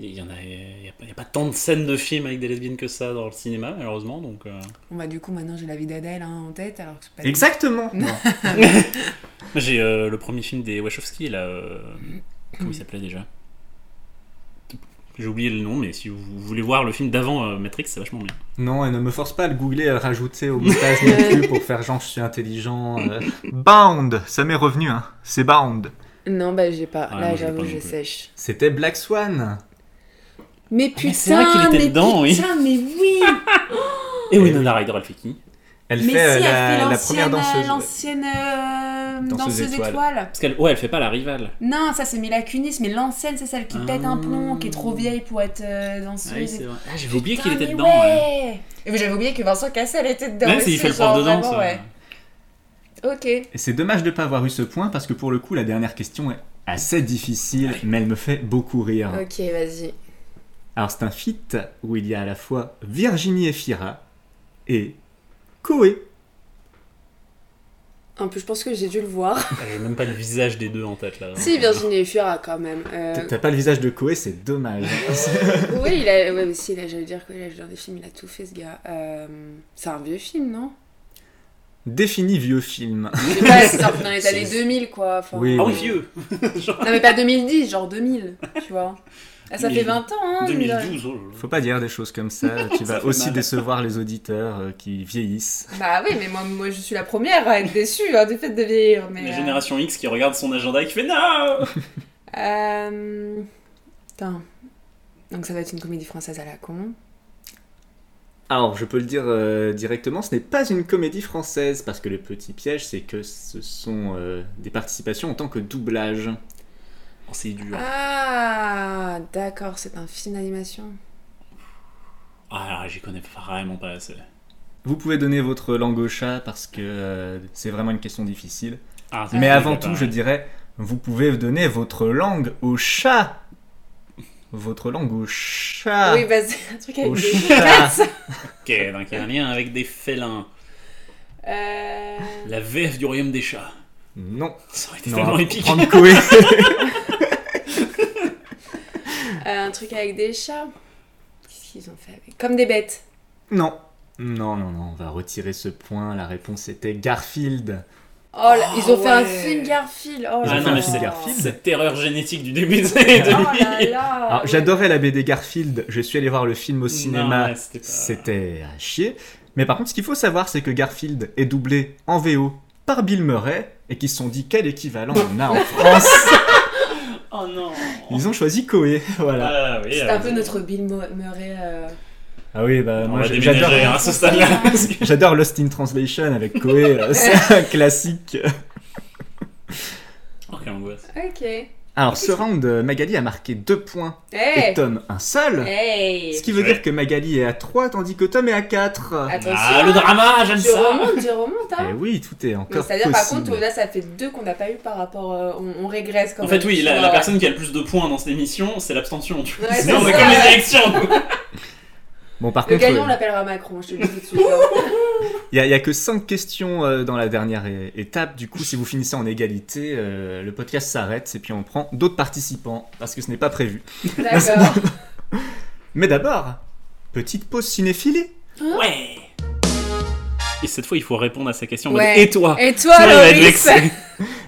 Speaker 3: il y en a, il y a, pas- il y a pas tant de scènes de films avec des lesbiennes que ça dans le cinéma, malheureusement, donc. euh,
Speaker 2: Bon bah du coup maintenant j'ai la vie d'Adèle hein, en tête alors que c'est pas.
Speaker 1: Exactement.
Speaker 2: Non.
Speaker 1: Non.
Speaker 3: J'ai euh, le premier film des Wachowski, là. euh, Comment il s'appelait déjà J'ai oublié le nom, mais si vous voulez voir le film d'avant euh, Matrix, c'est vachement bien.
Speaker 1: Non, et ne me force pas à le googler et à le rajouter au montage non plus pour faire genre je suis intelligent. euh. Bound, ça m'est revenu, hein. C'est Bound.
Speaker 2: Non bah j'ai pas.
Speaker 3: Ah, moi,
Speaker 2: là
Speaker 3: je l'ai
Speaker 2: j'avoue
Speaker 3: pas non
Speaker 2: je
Speaker 3: plus.
Speaker 2: sèche.
Speaker 1: C'était Black Swan.
Speaker 2: Mais
Speaker 3: Ah, mais c'est vrai
Speaker 2: putain,
Speaker 3: qu'il était
Speaker 2: mais
Speaker 3: dedans, oui.
Speaker 2: putain, mais oui.
Speaker 3: Et Winona Ryder, elle fait qui
Speaker 1: Elle
Speaker 2: mais si
Speaker 1: fait, euh,
Speaker 2: elle
Speaker 1: la,
Speaker 2: fait
Speaker 1: la première
Speaker 2: l'ancienne, euh,
Speaker 1: danseuse.
Speaker 2: l'ancienne euh,
Speaker 1: Danseuse
Speaker 2: danseuse
Speaker 1: étoile.
Speaker 2: étoile.
Speaker 3: Parce qu'elle, ouais, elle fait pas la rivale.
Speaker 2: Non, ça c'est Mila Kunis, mais l'ancienne c'est celle qui pète un plomb, qui est trop vieille pour être euh, danseuse.
Speaker 3: Ah oui, Ah. c'est vrai. Ah, j'avais oublié
Speaker 2: Putain,
Speaker 3: qu'il était
Speaker 2: mais
Speaker 3: dedans. ouais.
Speaker 2: Ouais. Et oui, j'avais oublié que Vincent Cassel était dedans.
Speaker 3: Même s'il
Speaker 2: aussi,
Speaker 3: fait le
Speaker 2: genre,
Speaker 3: prof de danse.
Speaker 2: vraiment, ouais.
Speaker 3: euh,
Speaker 2: Ok.
Speaker 1: Et c'est dommage de ne pas avoir eu ce point parce que pour le coup, la dernière question est assez difficile, mais elle me fait beaucoup rire.
Speaker 2: Ok, vas-y.
Speaker 1: Alors, c'est un feat où il y a à la fois Virginie Efira et Koé.
Speaker 2: En plus, je pense que j'ai dû le voir.
Speaker 3: Ah, J'ai même pas le visage des deux en tête là.
Speaker 2: si, Virginie Efira quand même. Euh,
Speaker 1: T'as pas le visage de Koé, c'est dommage.
Speaker 2: oui, il a... ouais, mais si, là, j'allais dire que là, dans des films, il a tout fait ce gars. Euh, C'est un vieux film, non
Speaker 1: Défini vieux film.
Speaker 2: Je sais pas, c'est sorti dans les
Speaker 3: C'est-
Speaker 2: années 2000, quoi. Enfin...
Speaker 1: Oui.
Speaker 3: Ah oui, vieux
Speaker 2: Non, mais pas 2010, genre 2000, tu vois. Ah, ça fait
Speaker 3: 2000.
Speaker 2: 20 ans, hein. mine de rien.
Speaker 3: 2012. oh là là.
Speaker 1: Faut pas dire des choses comme ça, tu
Speaker 3: Ça
Speaker 1: vas
Speaker 3: fait
Speaker 1: aussi
Speaker 3: mal.
Speaker 1: décevoir les auditeurs euh, qui vieillissent.
Speaker 2: Bah oui, mais moi, moi, je suis la première à être déçue hein, du fait de vieillir. Mais,
Speaker 3: La
Speaker 2: euh,
Speaker 3: génération X qui regarde son agenda et qui fait non Ah,
Speaker 2: Euh... Putain. Donc ça va être une comédie française à la con.
Speaker 1: Alors, je peux le dire euh, directement, ce n'est pas une comédie française, parce que le petit piège, c'est que ce sont euh, des participations en tant que doublage.
Speaker 3: Oh, C'est dur.
Speaker 2: Ah, d'accord, c'est un film d'animation.
Speaker 3: Ah, là, j'y connais vraiment pas assez.
Speaker 1: Vous pouvez donner votre langue au chat, parce que euh, c'est vraiment une question difficile.
Speaker 3: Ah, c'est
Speaker 1: Mais
Speaker 3: cool,
Speaker 1: avant
Speaker 3: d'accord.
Speaker 1: tout, je dirais, vous pouvez donner votre langue au chat. Votre langue au chat.
Speaker 2: Oui, bah c'est un truc avec
Speaker 1: au
Speaker 2: des
Speaker 1: Ah. Oh, chat.
Speaker 2: pattes.
Speaker 3: Ok, donc il y a un lien avec des félins.
Speaker 2: Euh...
Speaker 3: La VF du royaume des chats.
Speaker 1: Non.
Speaker 3: Ça aurait été
Speaker 1: Non,
Speaker 3: tellement
Speaker 1: on va
Speaker 3: épique.
Speaker 1: prendre Koé.
Speaker 2: euh, un truc avec des chats. Qu'est-ce qu'ils ont fait avec Comme des bêtes.
Speaker 1: non. Non, non, non, on va retirer ce point. La réponse était Garfield.
Speaker 2: Oh, là,
Speaker 3: Ah
Speaker 2: ils ont fait un
Speaker 3: ouais.
Speaker 2: film Garfield. Oh,
Speaker 3: Ah,
Speaker 1: Ils
Speaker 2: là
Speaker 1: ont fait un
Speaker 2: là.
Speaker 1: film Garfield.
Speaker 3: Cette terreur génétique du début des années
Speaker 2: Oh
Speaker 3: 2000.
Speaker 2: là là.
Speaker 1: Alors,
Speaker 2: ouais.
Speaker 1: j'adorais la BD Garfield. Je suis allé voir le film au cinéma.
Speaker 3: Ah, Non, ouais, c'était pas-
Speaker 1: C'était à chier. Mais par contre, ce qu'il faut savoir, c'est que Garfield est doublé en VO par Bill Murray et qu'ils se sont dit quel équivalent on a en France.
Speaker 3: Oh non
Speaker 1: Ils ont choisi Koé. Voilà.
Speaker 3: Ah, oui,
Speaker 2: C'est
Speaker 3: euh,
Speaker 2: un peu notre Bill Mo- Murray. euh,
Speaker 1: Ah oui, bah,
Speaker 3: On
Speaker 1: moi
Speaker 3: va
Speaker 1: j'ai- j'adore.
Speaker 3: déménager hein, à ce stade-là. parce que-
Speaker 1: J'adore Lost in Translation avec Koé, euh, c'est un classique.
Speaker 3: Oh, quelle angoisse.
Speaker 2: Ok.
Speaker 1: Alors ce round, euh, Magali a marqué 2 points et
Speaker 2: Hey
Speaker 1: Tom un seul.
Speaker 2: Hey
Speaker 1: Ce qui veut
Speaker 3: Ouais.
Speaker 1: dire que Magali est à 3 tandis que Tom est à 4.
Speaker 2: Attention
Speaker 3: Ah, le drama, j'aime
Speaker 2: Je
Speaker 3: ça
Speaker 2: remonte, je remonte, hein
Speaker 1: Et Eh oui, tout est
Speaker 2: Mais
Speaker 1: encore
Speaker 2: C'est-à-dire,
Speaker 1: possible.
Speaker 2: par contre, euh, là, ça fait deux qu'on n'a pas eu par rapport. euh, on, on régresse quand
Speaker 3: En
Speaker 2: même. euh,
Speaker 3: fait, oui, la,
Speaker 2: tu
Speaker 3: la
Speaker 2: vois.
Speaker 3: personne qui a le plus de points dans cette émission, c'est l'abstention. tu vois.
Speaker 2: Ouais, c'est
Speaker 3: Sinon, on est
Speaker 2: ça,
Speaker 3: comme les
Speaker 2: ouais.
Speaker 3: élections. nous.
Speaker 1: Bon par
Speaker 2: Le
Speaker 1: contre,
Speaker 2: gagnant, on
Speaker 1: il
Speaker 2: l'appellera Macron, je te le dis tout de suite. hein.
Speaker 1: n'y a, y a que 5 questions euh, dans la dernière é- étape. Du coup, si vous finissez en égalité, euh, le podcast s'arrête et puis on prend d'autres participants parce que ce n'est pas prévu.
Speaker 2: D'accord.
Speaker 1: Mais d'abord, petite pause cinéphilie.
Speaker 3: Ouais Et cette fois, il faut répondre à sa question. en
Speaker 2: Ouais.
Speaker 3: mode, Et toi
Speaker 2: Et toi,
Speaker 3: Sinon, il va être
Speaker 2: Loris
Speaker 3: vexé.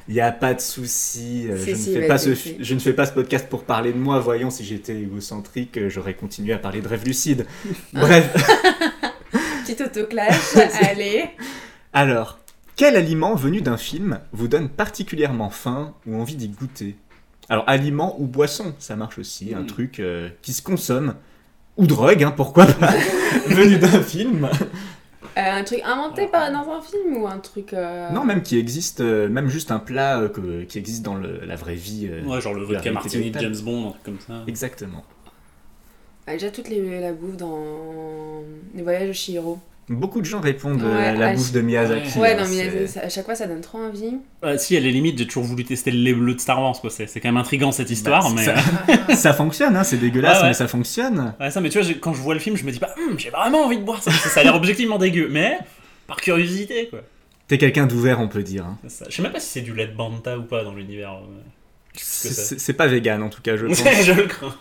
Speaker 1: Il a pas de souci, euh,
Speaker 2: Si,
Speaker 1: je, ne
Speaker 2: si,
Speaker 1: fais
Speaker 2: vas-y,
Speaker 1: pas ce,
Speaker 2: si.
Speaker 1: je ne fais pas ce podcast pour parler de moi, voyons si j'étais égocentrique, euh, j'aurais continué à parler de rêve lucide. Bref,
Speaker 2: Petite petit autoclash. Allez.
Speaker 1: Alors, quel aliment venu d'un film vous donne particulièrement faim ou envie d'y goûter Alors, aliment ou boisson, ça marche aussi, un
Speaker 2: Hmm.
Speaker 3: Mm.
Speaker 1: truc euh, qui se consomme. Ou drogue, hein, pourquoi pas Venu d'un film.
Speaker 2: Euh, un truc inventé par, dans un film ou un truc. euh,
Speaker 1: Non, même qui existe, euh, même juste un plat euh, que- qui existe dans le- la vraie vie. euh,
Speaker 3: Ouais, genre le
Speaker 1: La
Speaker 3: vodka
Speaker 1: réalité
Speaker 3: martini de
Speaker 1: véritable.
Speaker 3: James Bond, un truc comme ça.
Speaker 1: Exactement.
Speaker 2: bah, déjà, toute les, la bouffe dans Les Voyages de Chihiro.
Speaker 1: Beaucoup de gens répondent euh,
Speaker 2: Ouais,
Speaker 1: à la
Speaker 2: ah,
Speaker 1: bouffe
Speaker 2: je-
Speaker 1: de Miyazaki.
Speaker 2: ouais,
Speaker 1: hein,
Speaker 2: non, mais
Speaker 1: c'est-
Speaker 2: ça- à chaque fois, ça donne trop envie.
Speaker 3: Ah, si, à la limite, j'ai toujours voulu tester le lait bleu de Star Wars, quoi. C'est c'est quand même intriguant cette histoire,
Speaker 1: Bah,
Speaker 3: mais.
Speaker 1: ça,
Speaker 3: euh,
Speaker 1: ça fonctionne, hein, c'est dégueulasse,
Speaker 3: Ouais, ouais.
Speaker 1: mais ça fonctionne.
Speaker 3: Ouais, ça, mais tu vois, j'ai- quand je vois le film, je me dis pas, Hum, j'ai vraiment envie de boire ça. parce que Ça a l'air objectivement dégueu, mais par curiosité, quoi.
Speaker 1: T'es quelqu'un d'ouvert, on peut dire. hein.
Speaker 3: C'est ça. Je sais même pas si c'est du lait de Banta ou pas dans l'univers. euh,
Speaker 1: C'est
Speaker 3: ça.
Speaker 1: c'est- c'est pas vegan, en tout cas, je pense.
Speaker 3: je le crains.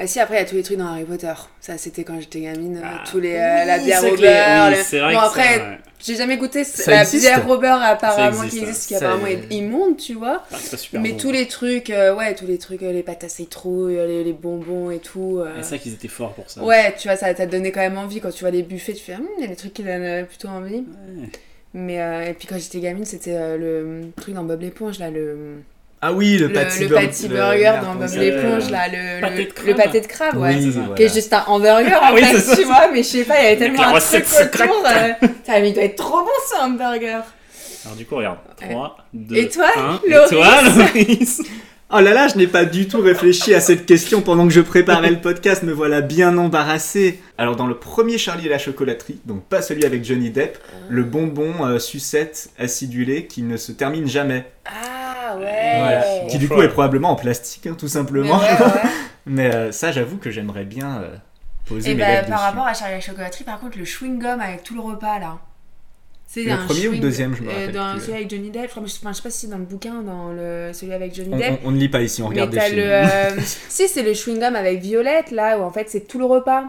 Speaker 2: Ah si, après, il y a tous les trucs dans Harry Potter. Ça, c'était quand j'étais gamine.
Speaker 3: Ah,
Speaker 2: tous les, euh, la
Speaker 3: Oui,
Speaker 2: bière
Speaker 3: c'est
Speaker 2: au
Speaker 3: que les-
Speaker 2: beurre.
Speaker 3: oui,
Speaker 2: le-
Speaker 3: c'est vrai
Speaker 2: Bon,
Speaker 3: que
Speaker 2: après,
Speaker 3: ça, ouais.
Speaker 2: j'ai jamais goûté c-
Speaker 1: Ça
Speaker 2: la
Speaker 1: existe
Speaker 2: bière au beurre, apparemment,
Speaker 3: Ça existe,
Speaker 2: qui existe, qui
Speaker 1: hein.
Speaker 2: apparemment
Speaker 1: Ça-
Speaker 2: est immonde, tu vois.
Speaker 3: Ah, c'est pas super
Speaker 2: mais
Speaker 3: bon.
Speaker 2: tous les trucs, euh, ouais, tous les trucs, euh, les pâtes à citrouille, euh, les, les bonbons et tout. euh,
Speaker 3: Ah, C'est ça qu'ils étaient forts pour ça.
Speaker 2: Ouais, tu vois, ça t'a donné quand même envie. Quand tu vois les buffets, tu fais, Hum, il y a des trucs qui donnent euh, plutôt envie.
Speaker 3: Ouais.
Speaker 2: Mais, euh, et puis quand j'étais gamine, c'était euh, le truc dans Bob l'éponge, là, le, hmm,
Speaker 1: Ah oui, le, patty,
Speaker 2: le
Speaker 1: bur-
Speaker 2: patty
Speaker 1: le-
Speaker 2: burger
Speaker 1: merde, euh,
Speaker 2: dans
Speaker 1: comment
Speaker 2: Bob
Speaker 1: ça
Speaker 3: s'appelle
Speaker 2: l'éponge, là, le,
Speaker 3: Pâté
Speaker 2: le-
Speaker 3: de
Speaker 2: le
Speaker 3: crabe.
Speaker 2: pâté de crabe, ouais.
Speaker 1: Oui,
Speaker 3: c'est ça.
Speaker 1: voilà.
Speaker 2: Qui est juste un hamburger
Speaker 3: Ah
Speaker 2: en
Speaker 3: oui,
Speaker 2: fait,
Speaker 3: c'est ça,
Speaker 2: tu
Speaker 3: c'est
Speaker 2: vois, mais je sais pas, il y avait tellement
Speaker 3: la
Speaker 2: un
Speaker 3: recette
Speaker 2: truc autour.
Speaker 3: secrète.
Speaker 2: euh, Putain, mais il doit être trop bon ce hamburger.
Speaker 3: Alors, du coup, regarde.
Speaker 2: Ouais.
Speaker 3: 3, 2,
Speaker 2: Et toi,
Speaker 3: 1.
Speaker 2: Loris
Speaker 3: Et toi, Loris
Speaker 1: Oh là là, je n'ai pas du tout réfléchi à cette question pendant que je préparais le podcast, me voilà bien embarrassé. Alors dans le premier Charlie et la chocolaterie, donc pas celui avec Johnny Depp,
Speaker 2: Ah.
Speaker 1: le bonbon euh, sucette acidulé qui ne se termine jamais,
Speaker 2: Ah ouais.
Speaker 3: Voilà.
Speaker 1: qui
Speaker 3: Bon
Speaker 1: du coup
Speaker 3: choix.
Speaker 1: est probablement en plastique, hein, tout
Speaker 2: Mais
Speaker 1: simplement.
Speaker 2: ouais, ouais.
Speaker 1: Mais euh, ça, j'avoue que j'aimerais bien euh, poser
Speaker 2: Et
Speaker 1: mes
Speaker 2: bah,
Speaker 1: lèvres
Speaker 2: par
Speaker 1: dessus.
Speaker 2: rapport à Charlie la chocolaterie, par contre, le chewing-gum avec tout le repas là. C'est
Speaker 1: Le premier ou le
Speaker 2: chewing-
Speaker 1: deuxième, je me
Speaker 2: euh,
Speaker 1: rappelle
Speaker 2: dans
Speaker 1: plus.
Speaker 2: Celui avec Johnny Depp, je crois, mais je, enfin, je sais pas si c'est dans le bouquin, dans le, celui avec Johnny
Speaker 1: On,
Speaker 2: Depp.
Speaker 1: on- on ne lit pas ici, on
Speaker 2: mais
Speaker 1: regarde des
Speaker 2: t'as
Speaker 1: films.
Speaker 2: le. euh, si, c'est le chewing-gum avec Violette là, où en fait c'est tout le repas.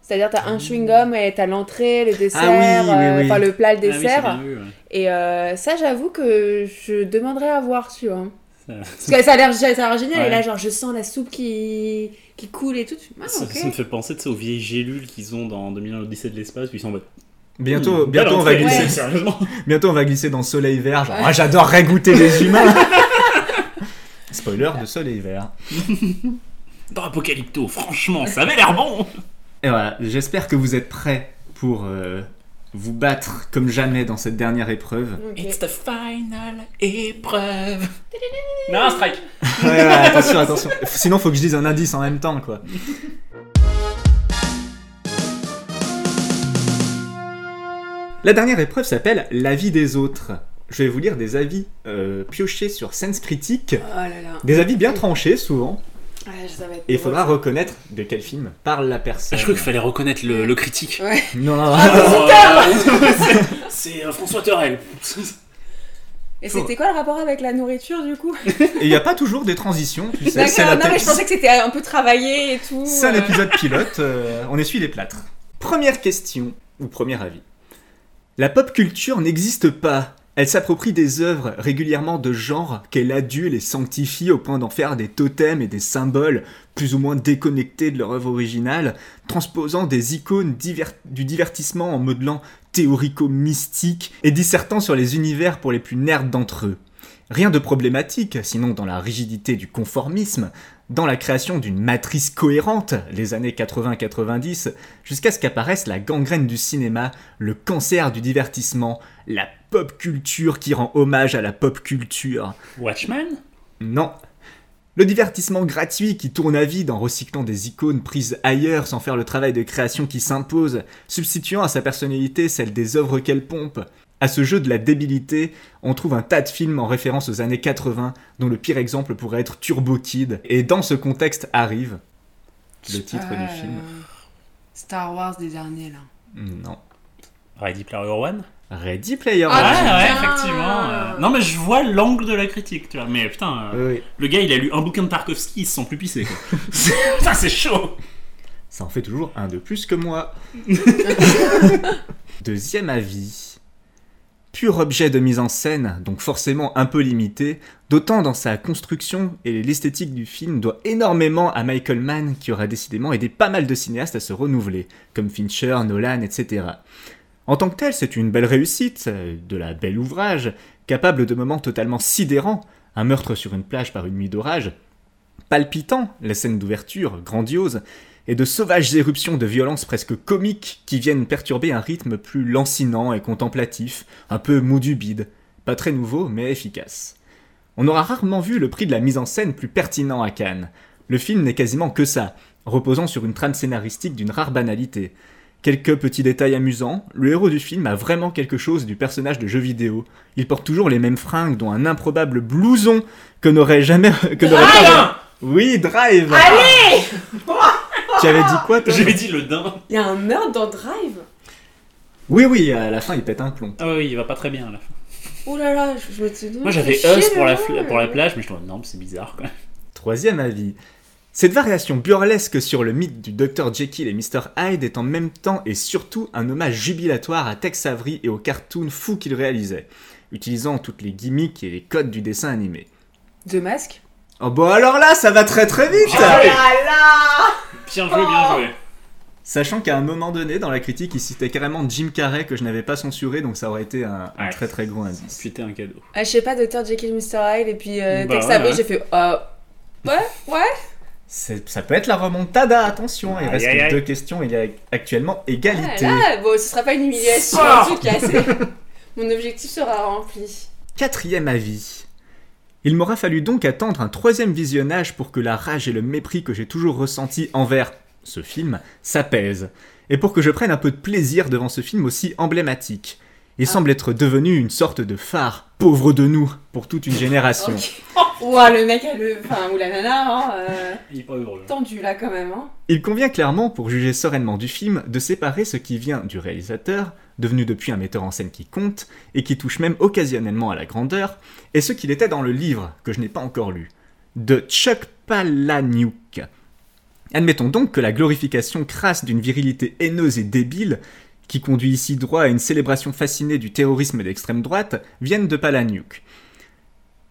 Speaker 2: C'est-à-dire, t'as
Speaker 3: Ah.
Speaker 2: un chewing-gum et t'as l'entrée, le dessert,
Speaker 1: Ah oui, oui,
Speaker 2: euh,
Speaker 1: oui.
Speaker 2: enfin le plat, le
Speaker 3: Ah oui, c'est
Speaker 2: dessert.
Speaker 3: bien vu, ouais.
Speaker 2: et euh, ça, j'avoue que je demanderais à voir, tu vois.
Speaker 3: Ça-
Speaker 2: Parce que ça a l'air ça a l'air génial,
Speaker 3: Ouais.
Speaker 2: et là, genre, je sens la soupe qui, qui coule et tout. Ah,
Speaker 3: Ça,
Speaker 2: ok.
Speaker 3: ça me fait penser tu sais, aux vieilles gélules qu'ils ont dans 2001 l'Odyssée de l'espace, où ils sont en mode.
Speaker 1: Bientôt,
Speaker 3: Hum,
Speaker 1: bientôt,
Speaker 3: belle
Speaker 1: on va
Speaker 3: entrée,
Speaker 1: glisser,
Speaker 3: ouais, Sérieusement
Speaker 1: bientôt on va glisser dans Soleil Vert, genre
Speaker 2: Ouais.
Speaker 1: moi j'adorerais goûter des humains Spoiler de Soleil Vert.
Speaker 3: Dans Apocalypto, franchement, ça avait l'air bon
Speaker 1: Et voilà, j'espère que vous êtes prêts pour euh, vous battre comme jamais dans cette dernière épreuve.
Speaker 2: Ok.
Speaker 3: the final épreuve Non, strike
Speaker 1: Ouais, ouais, attention, attention. Sinon, faut que je dise un indice en même temps, quoi. La dernière épreuve s'appelle l'avis des autres. Je vais vous lire des avis euh, piochés sur Sens Critique.
Speaker 2: Oh là là.
Speaker 1: Des avis bien tranchés, souvent.
Speaker 2: Ouais, ça va être
Speaker 1: Et il
Speaker 2: drôle.
Speaker 1: faudra reconnaître de quel film parle la personne.
Speaker 3: Je crois qu'il fallait reconnaître le, le critique.
Speaker 1: Non, non, non.
Speaker 2: Ah,
Speaker 3: Euh, C'est euh, François Terrel.
Speaker 2: Et
Speaker 1: Faut-
Speaker 2: c'était quoi le rapport avec la nourriture du coup
Speaker 1: Et il n'y a pas toujours des transitions, tu sais. c'est la
Speaker 2: D'accord, non mais
Speaker 1: tête-
Speaker 2: je pensais que c'était euh, un peu travaillé et tout.
Speaker 1: C'est un
Speaker 2: euh.
Speaker 1: épisode pilote, euh, on essuie les plâtres. Première question, ou premier avis. La pop culture n'existe pas. Elle s'approprie des œuvres régulièrement de genre qu'elle adule et sanctifie au point d'en faire des totems et des symboles plus ou moins déconnectés de leur œuvre originale, transposant des icônes diver- du divertissement en modelant théorico-mystique et dissertant sur les univers pour les plus nerds d'entre eux. Rien de problématique, sinon dans la rigidité du conformisme, dans la création d'une matrice cohérente, les années 80-90, jusqu'à ce qu'apparaisse la gangrène du cinéma, le cancer du divertissement, la pop culture qui rend hommage à la pop culture.
Speaker 3: Watchman
Speaker 1: Non. Le divertissement gratuit qui tourne à vide en recyclant des icônes prises ailleurs sans faire le travail de création qui s'impose, substituant à sa personnalité celle des œuvres qu'elle pompe. À ce jeu de la débilité, on trouve un tas de films en référence aux années 80, dont le pire exemple pourrait être Turbo Kid, et dans ce contexte arrive le titre
Speaker 2: Ah,
Speaker 1: du film.
Speaker 2: euh, Star Wars des derniers là.
Speaker 1: Non.
Speaker 3: Ready Player One
Speaker 1: Ready Player
Speaker 2: Ah,
Speaker 1: One.
Speaker 3: Ouais, ouais,
Speaker 2: putain.
Speaker 3: effectivement. euh, Non, mais je vois l'angle de la critique, tu vois. Mais putain, euh,
Speaker 1: Oui, oui.
Speaker 3: le gars, il a lu un bouquin de Tarkovsky, il se sent plus pissé, quoi. putain, c'est chaud
Speaker 1: Ça en fait toujours un de plus que moi. Deuxième avis. Pur objet de mise en scène, donc forcément un peu limité, d'autant dans sa construction et l'esthétique du film doit énormément à Michael Mann qui aura décidément aidé pas mal de cinéastes à se renouveler, comme Fincher, Nolan, etc. En tant que tel, c'est une belle réussite, euh, de la belle ouvrage, capable de moments totalement sidérants, un meurtre sur une plage par une nuit d'orage, palpitant, la scène d'ouverture, grandiose, et de sauvages éruptions de violence presque comiques qui viennent perturber un rythme plus lancinant et contemplatif, un peu mou du bide, pas très nouveau mais efficace. On aura rarement vu le prix de la mise en scène plus pertinent à Cannes. Le film n'est quasiment que ça, reposant sur une trame scénaristique d'une rare banalité. Quelques petits détails amusants, le héros du film a vraiment quelque chose du personnage de jeu vidéo. Il porte toujours les mêmes fringues, dont un improbable blouson que n'aurait jamais. que n'aurait
Speaker 3: Ah
Speaker 1: pas. Oui, Drive
Speaker 2: Allez
Speaker 1: Tu avais dit quoi, toi
Speaker 3: J'ai dit le din.
Speaker 2: Il y a un meurtre dans Drive
Speaker 1: Oui, oui, à la fin, il pète un plomb.
Speaker 3: Ah oui, il va pas très bien là.
Speaker 2: Oh là là, je, je me suis dit.
Speaker 3: Moi j'avais Us pour la,
Speaker 2: euh.
Speaker 3: fl- pour la plage, mais je me non, mais c'est bizarre quoi.
Speaker 1: Troisième avis. Cette variation burlesque sur le mythe du Dr Jekyll et Mr Hyde est en même temps et surtout un hommage jubilatoire à Tex Avery et aux cartoons fous qu'il réalisait, utilisant toutes les gimmicks et les codes du dessin animé.
Speaker 2: De masque
Speaker 1: Oh bah alors là, ça va très très vite
Speaker 3: Ah oui.
Speaker 2: là
Speaker 3: Bien joué, bien joué.
Speaker 1: Sachant qu'à un moment donné, dans la critique, il citait carrément Jim Carrey que je n'avais pas censuré, donc ça aurait été un, un
Speaker 3: Ouais.
Speaker 1: très très gros indice.
Speaker 3: C'était un cadeau.
Speaker 2: ah, Je sais pas, Dr. Jekyll, Mr. Hyde, et puis euh,
Speaker 3: Bah
Speaker 2: Tex
Speaker 3: ouais,
Speaker 2: Avery,
Speaker 3: ouais.
Speaker 2: j'ai fait. Euh, ouais, ouais.
Speaker 1: C'est- Ça peut être la remontada, attention, il
Speaker 3: Aïe,
Speaker 1: reste
Speaker 3: aïe, aïe.
Speaker 1: deux questions, il y a actuellement
Speaker 2: Ah,
Speaker 1: égalité.
Speaker 2: là, bon, ce sera pas une humiliation
Speaker 3: Sors
Speaker 2: en tout cas. c'est- Mon objectif sera rempli.
Speaker 1: Quatrième avis. Il m'aura fallu donc attendre un troisième visionnage pour que la rage et le mépris que j'ai toujours ressenti envers ce film s'apaisent, et pour que je prenne un peu de plaisir devant ce film aussi emblématique. Il
Speaker 2: Ah.
Speaker 1: semble être devenu une sorte de phare, pauvre de nous, pour toute une génération.
Speaker 2: Ok. Ouah, le mec a le. Enfin, ou la nana, hein, euh,
Speaker 3: Il est pas heureux.
Speaker 2: tendu là quand même. Hein.
Speaker 1: Il convient clairement, pour juger sereinement du film, de séparer ce qui vient du réalisateur, devenu depuis un metteur en scène qui compte, et qui touche même occasionnellement à la grandeur, et ce qu'il était dans le livre, que je n'ai pas encore lu, de Chuck Palahniuk. Admettons donc que la glorification crasse d'une virilité haineuse et débile, qui conduit ici droit à une célébration fascinée du terrorisme d'extrême droite, vienne de Palahniuk.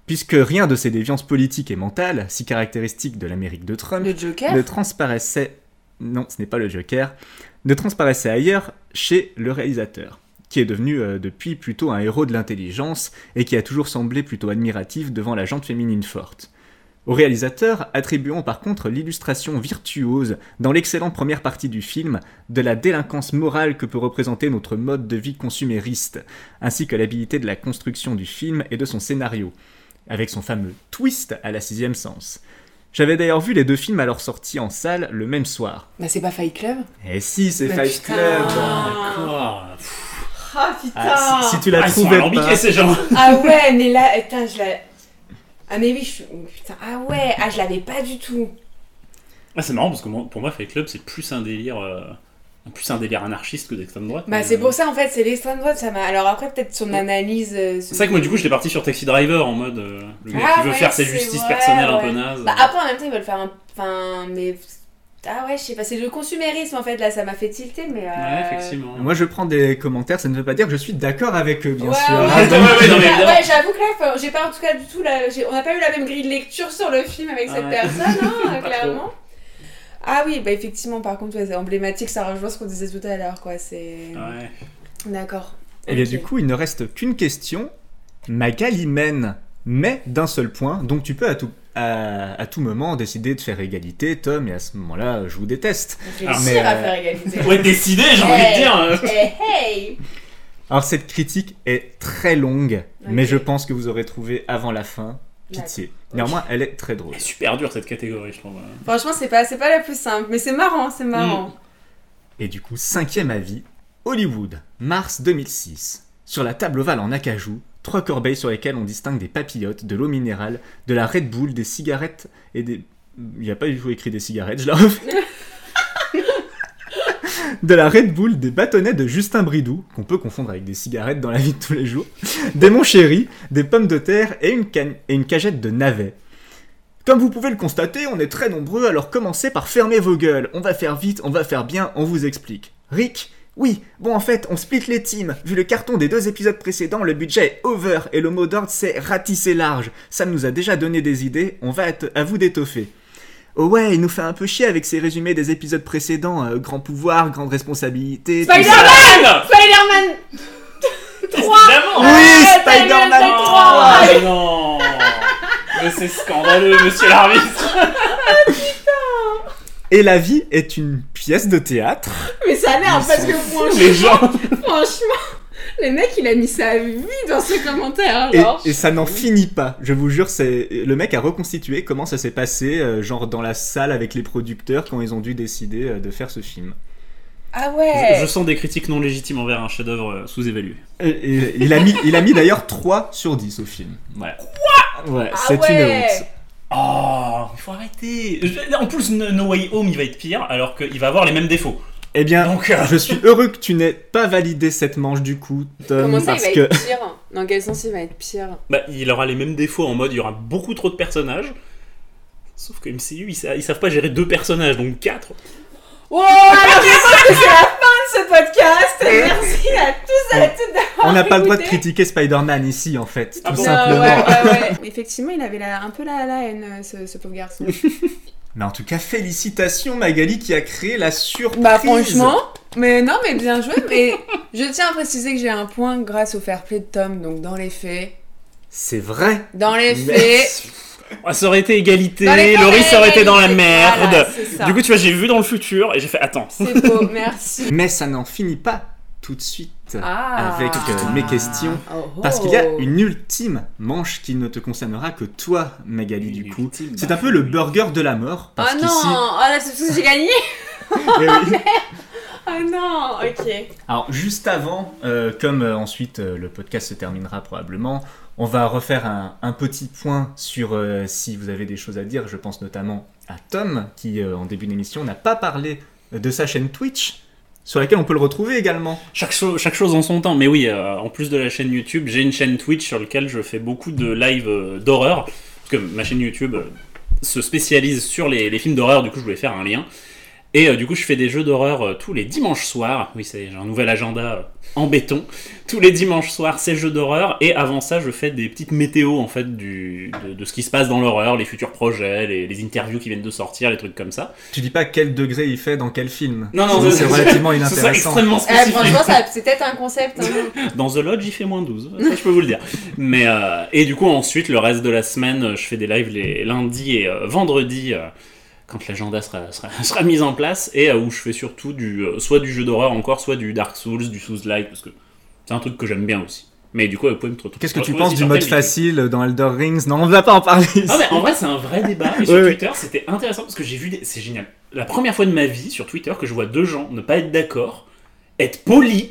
Speaker 1: Puisque rien de ces déviances politiques et mentales, si caractéristiques de l'Amérique de Trump,
Speaker 2: Le Joker
Speaker 1: ne transparaissait. Non, ce n'est pas le Joker. Ne transparaissait ailleurs chez le réalisateur, qui est devenu euh, depuis plutôt un héros de l'intelligence et qui a toujours semblé plutôt admiratif devant la jante féminine forte. Au réalisateur, attribuons par contre l'illustration virtuose, dans l'excellente première partie du film, de la délinquance morale que peut représenter notre mode de vie consumériste, ainsi que l'habilité de la construction du film et de son scénario, avec son fameux twist à la sixième sens. J'avais d'ailleurs vu les deux films à leur sortie en salle le même soir.
Speaker 2: Bah, c'est pas Fight Club
Speaker 1: Et si, c'est
Speaker 2: Mais
Speaker 1: Fight
Speaker 2: putain.
Speaker 1: Club
Speaker 3: Oh Quoi
Speaker 2: Ah putain
Speaker 1: Ah, si, si tu la
Speaker 3: Ah, ils sont
Speaker 1: trouvais
Speaker 3: alambiqués
Speaker 1: pas...
Speaker 3: ces gens.
Speaker 2: Ah ouais, mais là, putain, je l'ai. Ah mais oui, je suis- putain, ah ouais, ah je l'avais pas du tout.
Speaker 3: Ah, c'est marrant parce que moi- pour moi, Fight Club, c'est plus un délire, euh, plus un délire anarchiste que d'extrême droite.
Speaker 2: Bah
Speaker 3: Mais,
Speaker 2: c'est
Speaker 3: euh,
Speaker 2: pour ça en fait, c'est l'extrême droite, ça m'a. Alors après peut-être son analyse. euh, ce-
Speaker 3: C'est vrai que moi, du coup, j'étais parti sur Taxi Driver en mode euh, le gars
Speaker 2: Ah
Speaker 3: qui veut
Speaker 2: ouais,
Speaker 3: faire ses
Speaker 2: c'est
Speaker 3: justices
Speaker 2: vrai,
Speaker 3: personnelles un
Speaker 2: ouais.
Speaker 3: peu naze.
Speaker 2: Bah après en même temps ils veulent faire un, enfin mais ah ouais je sais pas, c'est le consumérisme en fait là, ça m'a fait tilter mais. euh,
Speaker 3: Ouais, effectivement.
Speaker 1: Moi, je prends des commentaires, ça ne veut pas dire que je suis d'accord avec eux, bien
Speaker 2: Ouais,
Speaker 1: sûr.
Speaker 2: ouais,
Speaker 1: Ah,
Speaker 3: ouais,
Speaker 1: donc-
Speaker 3: ouais, ouais, non, mais
Speaker 2: Ah,
Speaker 3: évidemment.
Speaker 2: ouais, j'avoue que là, enfin, j'ai pas en tout cas du tout la- j'ai- on n'a pas eu la même grille de lecture sur le film avec
Speaker 1: Ah
Speaker 2: cette
Speaker 3: Ouais.
Speaker 2: personne, hein,
Speaker 3: Pas
Speaker 2: clairement. Ah oui, bah effectivement, par contre, ouais, c'est emblématique, ça rejoint ce qu'on disait tout à l'heure, quoi. C'est.
Speaker 3: Ouais.
Speaker 2: D'accord.
Speaker 1: Ah Et eh bien,
Speaker 2: Ok.
Speaker 1: du coup, il ne reste qu'une question. Magali mène, mais d'un seul point, donc tu peux à tout, à, à tout moment décider de faire égalité, Tom, et à ce moment-là, je vous déteste.
Speaker 2: Réussir
Speaker 1: mais,
Speaker 2: à
Speaker 1: euh,
Speaker 2: faire égalité.
Speaker 3: Ouais, décidé, j'ai envie de
Speaker 2: Hey.
Speaker 3: dire. euh.
Speaker 2: hey, hey
Speaker 1: Alors, cette critique est très longue, mais
Speaker 2: Ok.
Speaker 1: je pense que vous aurez trouvé avant la fin. Pitié. Néanmoins, elle est très drôle.
Speaker 3: C'est super dur cette catégorie, je trouve. ouais.
Speaker 2: Franchement, c'est pas, c'est pas la plus simple, mais c'est marrant, c'est marrant.
Speaker 1: Mm. Et du coup, cinquième avis, Hollywood, mars 2006. Sur la table ovale en acajou, trois corbeilles sur lesquelles on distingue des papillotes, de l'eau minérale, de la Red Bull, des cigarettes et des... Il n'y a pas du tout écrit des cigarettes, je la refais. de la Red Bull, des bâtonnets de Justin Bridou, qu'on peut confondre avec des cigarettes dans la vie de tous les jours, des Montchéri, des pommes de terre et une, canne- et une cagette de navets. Comme vous pouvez le constater, on est très nombreux, alors commencez par fermer vos gueules. On va faire vite, on va faire bien, on vous explique. Rick Oui, bon en fait, on split les teams. Vu le carton des deux épisodes précédents, le budget est over et le mot d'ordre c'est ratisser large. Ça nous a déjà donné des idées, on va être- à vous d'étoffer. Oh ouais, il nous fait un peu chier avec ses résumés des épisodes précédents. euh, grand pouvoir, grande responsabilité. tout ça.
Speaker 2: Spider-Man Spider-Man Spider-Man 3
Speaker 3: Évidemment
Speaker 1: Oui,
Speaker 2: Ah,
Speaker 1: Spider-Man Oh,
Speaker 2: Spider-Man
Speaker 1: trois.
Speaker 3: hein. Ah, non Mais c'est scandaleux, monsieur l'arbitre
Speaker 1: Et la vie est une pièce de théâtre.
Speaker 2: Mais ça a l'air
Speaker 1: Ils
Speaker 2: parce
Speaker 1: sont
Speaker 2: que
Speaker 1: fous,
Speaker 2: franchement,
Speaker 1: les gens.
Speaker 2: franchement, le mec il a mis sa vie dans ce commentaire.
Speaker 1: Et,
Speaker 2: Genre.
Speaker 1: et ça n'en finit pas. Je vous jure, c'est le mec a reconstitué comment ça s'est passé, euh, genre dans la salle avec les producteurs quand ils ont dû décider euh, de faire ce film.
Speaker 2: Ah
Speaker 3: je,
Speaker 2: ouais
Speaker 3: je sens des critiques non légitimes envers un chef-d'œuvre euh, sous-évalué.
Speaker 1: Et- et- il a mis, il a mis d'ailleurs 3 sur 10 au film.
Speaker 3: Ouais.
Speaker 1: Ouais,
Speaker 2: Ah
Speaker 1: c'est
Speaker 2: ouais.
Speaker 1: une honte.
Speaker 3: Oh, il faut arrêter Je- En plus, No No Way Home, il va être pire, alors qu'il va avoir les mêmes défauts.
Speaker 1: Eh bien,
Speaker 3: Donc, euh,
Speaker 1: je suis heureux que tu n'aies pas validé cette manche du coup, Tom,
Speaker 2: Comment
Speaker 1: Euh,
Speaker 2: ça il
Speaker 1: parce
Speaker 2: va
Speaker 1: que
Speaker 2: être pire Dans quel sens il va être pire
Speaker 3: bah, il aura les mêmes défauts en mode, il y aura beaucoup trop de personnages. Sauf que MCU, ils, sa- ils savent pas gérer deux personnages, donc quatre.
Speaker 2: Wow Oh, Alors je pense que c'est la fin de ce podcast Merci à tous et à toutes d'avoir
Speaker 1: on n'a pas le droit de
Speaker 2: écouté.
Speaker 1: critiquer Spider-Man ici en fait, tout
Speaker 3: Ah bon
Speaker 1: simplement.
Speaker 2: Non, ouais, ouais, ouais. Effectivement, il avait la- un peu la, la haine, euh, ce, ce pauvre garçon.
Speaker 1: Mais en tout cas, félicitations Magali qui a créé la surprise.
Speaker 2: Bah franchement, mais non, mais bien joué. Mais je tiens à préciser que j'ai un point grâce au fair play de Tom. Donc dans les faits,
Speaker 1: c'est vrai.
Speaker 2: dans les faits,
Speaker 1: Merci.
Speaker 3: Ah, Ça aurait été égalité,
Speaker 2: Dans les
Speaker 3: Laurie, ça aurait été dans la
Speaker 2: faits,
Speaker 3: merde.
Speaker 2: voilà, c'est ça.
Speaker 3: du coup, tu vois, j'ai vu dans le futur et j'ai fait attends.
Speaker 2: c'est beau. Merci.
Speaker 1: Mais ça n'en finit pas tout de suite
Speaker 2: Ah.
Speaker 1: avec euh, mes questions.
Speaker 2: Oh, oh.
Speaker 1: Parce qu'il y a une ultime manche qui ne te concernera que toi, Magali, du coup. C'est un peu le burger de la mort.
Speaker 2: Oh
Speaker 1: Parce
Speaker 2: non,
Speaker 1: qu'ici-
Speaker 2: oh là c'est parce que j'ai gagné.
Speaker 1: Eh oui.
Speaker 2: Oh non, ok.
Speaker 1: Alors, juste avant, euh, comme euh, ensuite euh, le podcast se terminera probablement, on va refaire un, un petit point sur euh, si vous avez des choses à dire. Je pense notamment à Tom, qui euh, en début d'émission n'a pas parlé de sa chaîne Twitch, sur laquelle on peut le retrouver également.
Speaker 3: Chaque, cho- chaque chose en son temps. Mais oui, euh, en plus de la chaîne YouTube, j'ai une chaîne Twitch sur laquelle je fais beaucoup de live euh, d'horreur. Parce que ma chaîne YouTube euh, se spécialise sur les, les films d'horreur, du coup, je voulais faire un lien. Et euh, du coup, je fais des jeux d'horreur euh, tous les dimanches soirs. Oui, c'est j'ai un nouvel agenda euh, en béton. Tous les dimanches soirs, c'est jeux d'horreur. Et avant ça, je fais des petites météos en fait du, de, de ce qui se passe dans l'horreur, les futurs projets, les, les interviews qui viennent de sortir, les trucs comme ça.
Speaker 1: Tu dis pas quel degré il fait dans quel film.
Speaker 3: Non, non,
Speaker 1: c'est
Speaker 3: c'est-
Speaker 1: relativement
Speaker 3: Ce sera
Speaker 1: inintéressant.
Speaker 3: extrêmement
Speaker 2: Eh,
Speaker 3: spécifique.
Speaker 2: franchement, ça- c'est peut-être un concept. hein.
Speaker 3: Dans The Lodge, il fait moins 12, ça je peux vous le dire. Mais, euh, et du coup, ensuite, le reste de la semaine, euh, je fais des lives les lundis et euh, vendredis, euh, quand l'agenda sera, sera, sera mise en place, et euh, où je fais surtout du, euh, soit du jeu d'horreur encore, soit du Dark Souls, du Souls-like, parce que c'est un truc que j'aime bien aussi. Mais du coup, vous pouvez me retrouver.
Speaker 1: Qu'est-ce que tu
Speaker 3: retrouver
Speaker 1: penses
Speaker 3: aussi
Speaker 1: du
Speaker 3: sur
Speaker 1: mode
Speaker 3: Twitch.
Speaker 1: facile dans Elder Rings Non, on ne va pas en parler ici.
Speaker 3: Ah, mais en vrai, c'est un vrai débat. Et sur
Speaker 1: Oui, oui.
Speaker 3: Twitter, c'était intéressant parce que j'ai vu. Des... C'est génial. La première fois de ma vie sur Twitter que je vois deux gens ne pas être d'accord, être polis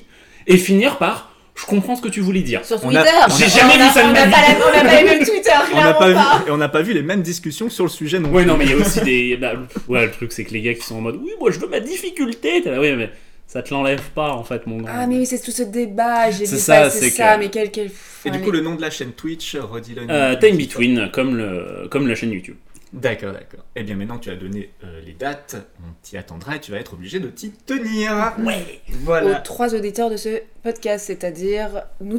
Speaker 3: et finir par je comprends ce que tu voulais dire.
Speaker 2: Sur
Speaker 1: On a-
Speaker 2: Twitter.
Speaker 3: J'ai
Speaker 2: on
Speaker 3: jamais
Speaker 2: a-
Speaker 3: vu ça de
Speaker 2: on
Speaker 3: ma
Speaker 2: a
Speaker 3: vie.
Speaker 2: pas la- On n'a pas les mêmes Twitter,
Speaker 1: on n'a
Speaker 2: clairement
Speaker 1: pas,
Speaker 2: pas.
Speaker 1: vu- et on n'a pas vu les mêmes discussions sur le sujet non
Speaker 3: Ouais,
Speaker 1: plus.
Speaker 3: non, mais il y a aussi des. bah, ouais, le truc, c'est que les gars qui sont en mode Oui, moi je veux ma difficulté. T'es là, oui, mais ça te l'enlève pas, en fait, mon grand.
Speaker 2: Ah mais oui, c'est tout ce débat, j'ai
Speaker 3: C'est
Speaker 2: vu
Speaker 3: ça,
Speaker 2: passer
Speaker 3: c'est
Speaker 2: ça,
Speaker 3: que-
Speaker 2: mais quel... quel...
Speaker 1: Et du
Speaker 2: Allez.
Speaker 1: coup, le nom de la chaîne Twitch, redis-le.
Speaker 3: Euh, Time Between, comme, le, comme la chaîne YouTube.
Speaker 1: D'accord, d'accord. Eh bien, maintenant que tu as donné euh, les dates, on t'y attendra et tu vas être obligé de t'y tenir.
Speaker 3: Ouais
Speaker 1: Voilà.
Speaker 2: aux trois auditeurs de ce podcast, c'est-à-dire nous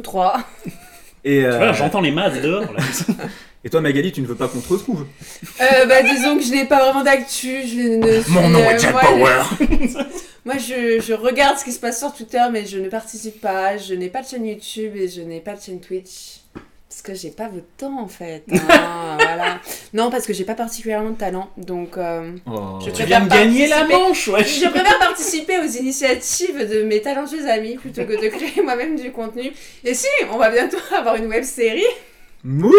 Speaker 2: trois.
Speaker 1: Et, euh,
Speaker 3: Tu vois, j'entends les masses dehors, là.
Speaker 1: et toi, Magali, tu ne veux pas qu'on te retrouve
Speaker 2: Euh, bah disons que je n'ai pas vraiment d'actu, je ne suis- euh, moi, Moi je, je regarde ce qui se passe sur Twitter mais je ne participe pas, je n'ai pas de chaîne YouTube et je n'ai pas de chaîne Twitch. Parce que j'ai pas votre temps en fait. hein, voilà. Non parce que j'ai pas particulièrement de talent donc... euh,
Speaker 1: Oh.
Speaker 2: Je te-
Speaker 3: Tu viens de gagner la manche, ouais.
Speaker 2: Je préfère participer aux initiatives de mes talentueux amis plutôt que de créer moi-même du contenu. Et si, on va bientôt avoir une web série
Speaker 1: Oui,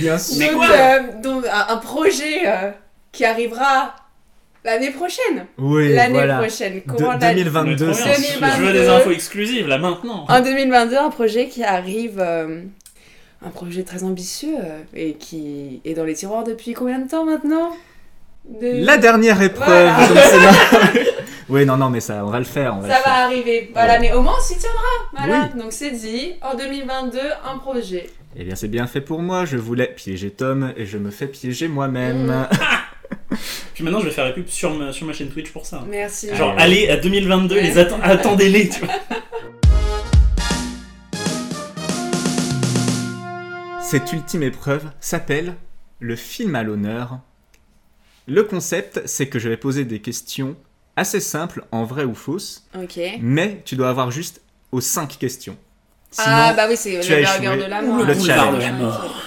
Speaker 1: bien sûr.
Speaker 3: Mais
Speaker 2: Donc,
Speaker 3: quoi
Speaker 2: euh, donc, un, un projet euh, qui arrivera l'année prochaine.
Speaker 1: Oui,
Speaker 2: L'année
Speaker 1: voilà.
Speaker 2: prochaine.
Speaker 1: De-
Speaker 2: Comment la-
Speaker 3: Mais
Speaker 1: 2022,
Speaker 3: trop bien.
Speaker 1: c'est sûr.
Speaker 2: 2022.
Speaker 3: Je veux des infos exclusives, là, maintenant.
Speaker 2: En 2022, un projet qui arrive. euh, un projet très ambitieux euh, et qui est dans les tiroirs depuis combien de temps maintenant De-
Speaker 1: La dernière épreuve.
Speaker 2: Voilà.
Speaker 1: donc c'est là. oui, non, non, mais ça, on va le faire. On va
Speaker 2: Ça
Speaker 1: le faire.
Speaker 2: va arriver. Voilà,
Speaker 1: Ouais.
Speaker 2: mais au moins on s'y tiendra. Voilà, donc c'est dit. En 2022, un projet.
Speaker 1: Eh bien, c'est bien fait pour moi. Je voulais piéger Tom et je me fais piéger moi-même.
Speaker 2: Mm.
Speaker 3: Puis maintenant, je vais faire la pub sur ma, sur ma chaîne Twitch pour
Speaker 1: Ah.
Speaker 3: ça.
Speaker 2: Merci.
Speaker 3: Genre,
Speaker 1: Ouais.
Speaker 3: allez, à 2022,
Speaker 2: Ah, Ouais.
Speaker 3: les atten- attendez-les, tu vois.
Speaker 1: Cette ultime épreuve s'appelle le film à l'honneur. Le concept, c'est que je vais poser des questions assez simples, en vrai ou fausses,
Speaker 2: Ok.
Speaker 1: mais tu dois avoir juste aux cinq questions.
Speaker 2: ah bah oui, c'est
Speaker 1: tu as
Speaker 2: le burger
Speaker 1: échoué.
Speaker 2: de la
Speaker 3: Ouh,
Speaker 2: mort.
Speaker 1: le boulevard
Speaker 3: de la mort.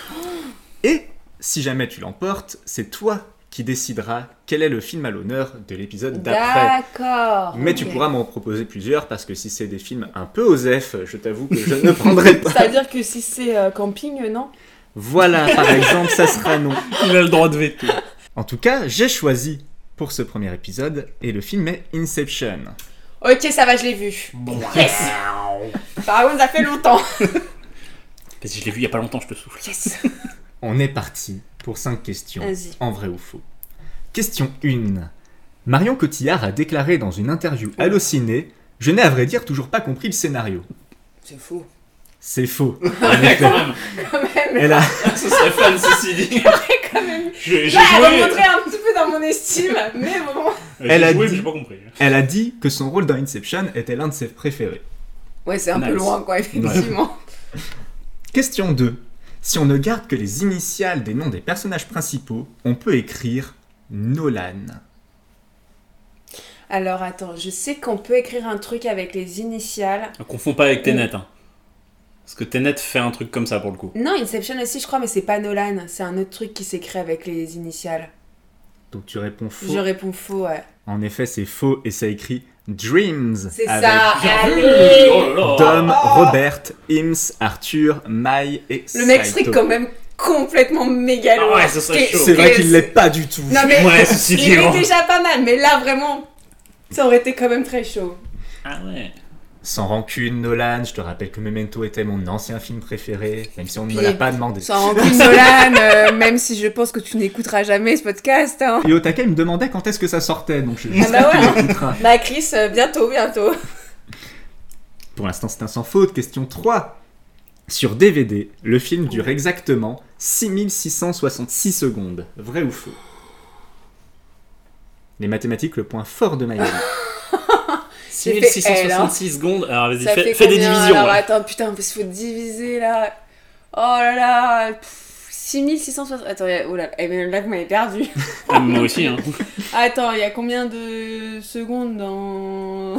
Speaker 1: Et si jamais tu l'emportes, c'est toi qui décideras quel est le film à l'honneur de l'épisode d'après.
Speaker 2: D'accord.
Speaker 1: Mais tu
Speaker 2: ok.
Speaker 1: pourras m'en proposer plusieurs parce que si c'est des films un peu osef, je t'avoue que je ne prendrai pas.
Speaker 2: C'est-à-dire que si c'est euh, camping, euh, non
Speaker 1: Voilà, par exemple, ça sera non.
Speaker 3: Il a le droit de veto.
Speaker 1: En tout cas, j'ai choisi pour ce premier épisode et le film est Inception.
Speaker 2: Ok, ça va, je l'ai vu. Bah,
Speaker 3: Bon.
Speaker 2: Yes. Par contre, ça fait longtemps.
Speaker 3: Parce que je l'ai vu il y a pas longtemps, je te souffle.
Speaker 2: Yes.
Speaker 1: On est parti pour cinq questions.
Speaker 2: Vas-y.
Speaker 1: En vrai ou faux Question 1. Marion Cotillard a déclaré dans une interview
Speaker 2: Ah.
Speaker 1: hallucinée Je n'ai à vrai dire toujours pas compris le scénario.
Speaker 2: C'est fou.
Speaker 1: C'est faux.
Speaker 3: Ah, mais quand même,
Speaker 2: Quand même.
Speaker 1: Elle a,
Speaker 3: ce serait fun ceci dit.
Speaker 2: Quand même.
Speaker 3: Je- J'ai
Speaker 2: Bah, elle
Speaker 3: joué, euh,
Speaker 2: va montrer un petit peu dans mon estime. Mais bon.
Speaker 3: j'ai
Speaker 1: Elle a
Speaker 3: joué, mais
Speaker 1: dit-
Speaker 3: j'ai pas compris.
Speaker 1: elle a dit que son rôle dans Inception était l'un de ses préférés.
Speaker 2: Ouais, c'est un peu
Speaker 3: Nice.
Speaker 2: loin, quoi, effectivement.
Speaker 1: Question 2. Si on ne garde que les initiales des noms des personnages principaux, on peut écrire Nolan.
Speaker 2: Alors, attends, je sais qu'on peut écrire un truc avec les initiales.
Speaker 3: Ne Ah, confonds pas avec Tenet. Hein. Parce que Tenet fait un truc comme ça pour le coup.
Speaker 2: Non, Inception aussi, je crois, mais c'est pas Nolan. C'est un autre truc qui s'écrit avec les initiales.
Speaker 1: Donc tu réponds faux.
Speaker 2: Je réponds faux, ouais.
Speaker 1: En effet, c'est faux et ça écrit Dreams.
Speaker 2: C'est
Speaker 1: avec
Speaker 2: ça, allez
Speaker 3: Ah, Oh là là.
Speaker 1: Dom, Robert, Ims, Arthur, Mai et
Speaker 2: Le mec
Speaker 1: Saito.
Speaker 2: serait quand même complètement mégalo.
Speaker 3: Ah ouais, ça serait
Speaker 2: Qu'est-
Speaker 3: chaud.
Speaker 1: C'est vrai
Speaker 2: qu'est-
Speaker 1: qu'il l'est pas du tout.
Speaker 2: Non mais
Speaker 3: Ouais, ceci
Speaker 2: il
Speaker 3: dit,
Speaker 2: est
Speaker 3: hein.
Speaker 2: déjà pas mal, mais là vraiment, ça aurait été quand même très chaud.
Speaker 3: Ah ouais.
Speaker 1: Sans rancune, Nolan, je te rappelle que Memento était mon ancien film préféré, même si on ne me
Speaker 2: Puis-
Speaker 1: l'a pas demandé.
Speaker 2: Sans rancune Nolan, euh, même si je pense que tu n'écouteras jamais ce podcast. Hein.
Speaker 1: Et Otaka, il me demandait quand est-ce que ça sortait, donc je
Speaker 2: Ah bah ouais.
Speaker 1: j'écouterai.
Speaker 2: Bah Chris, euh, bientôt, bientôt.
Speaker 1: Pour l'instant, c'est un sans faute. Question 3. Sur DVD, le film dure exactement 6666 secondes. Vrai ou faux Les mathématiques, le point fort de Miami.
Speaker 2: J'ai fait hein.
Speaker 3: 6666 secondes. Alors vas-y,
Speaker 2: Ça
Speaker 3: fais,
Speaker 2: fait
Speaker 3: fais des
Speaker 2: combien,
Speaker 3: divisions.
Speaker 2: Alors
Speaker 3: là.
Speaker 2: attends, putain, parce qu'il faut diviser là. Oh là là, pff, 6660. Attends, y a- oh là, eh, mais là vous m'avez perdu.
Speaker 3: Ah, moi aussi. Hein.
Speaker 2: Attends, il y a combien de secondes dans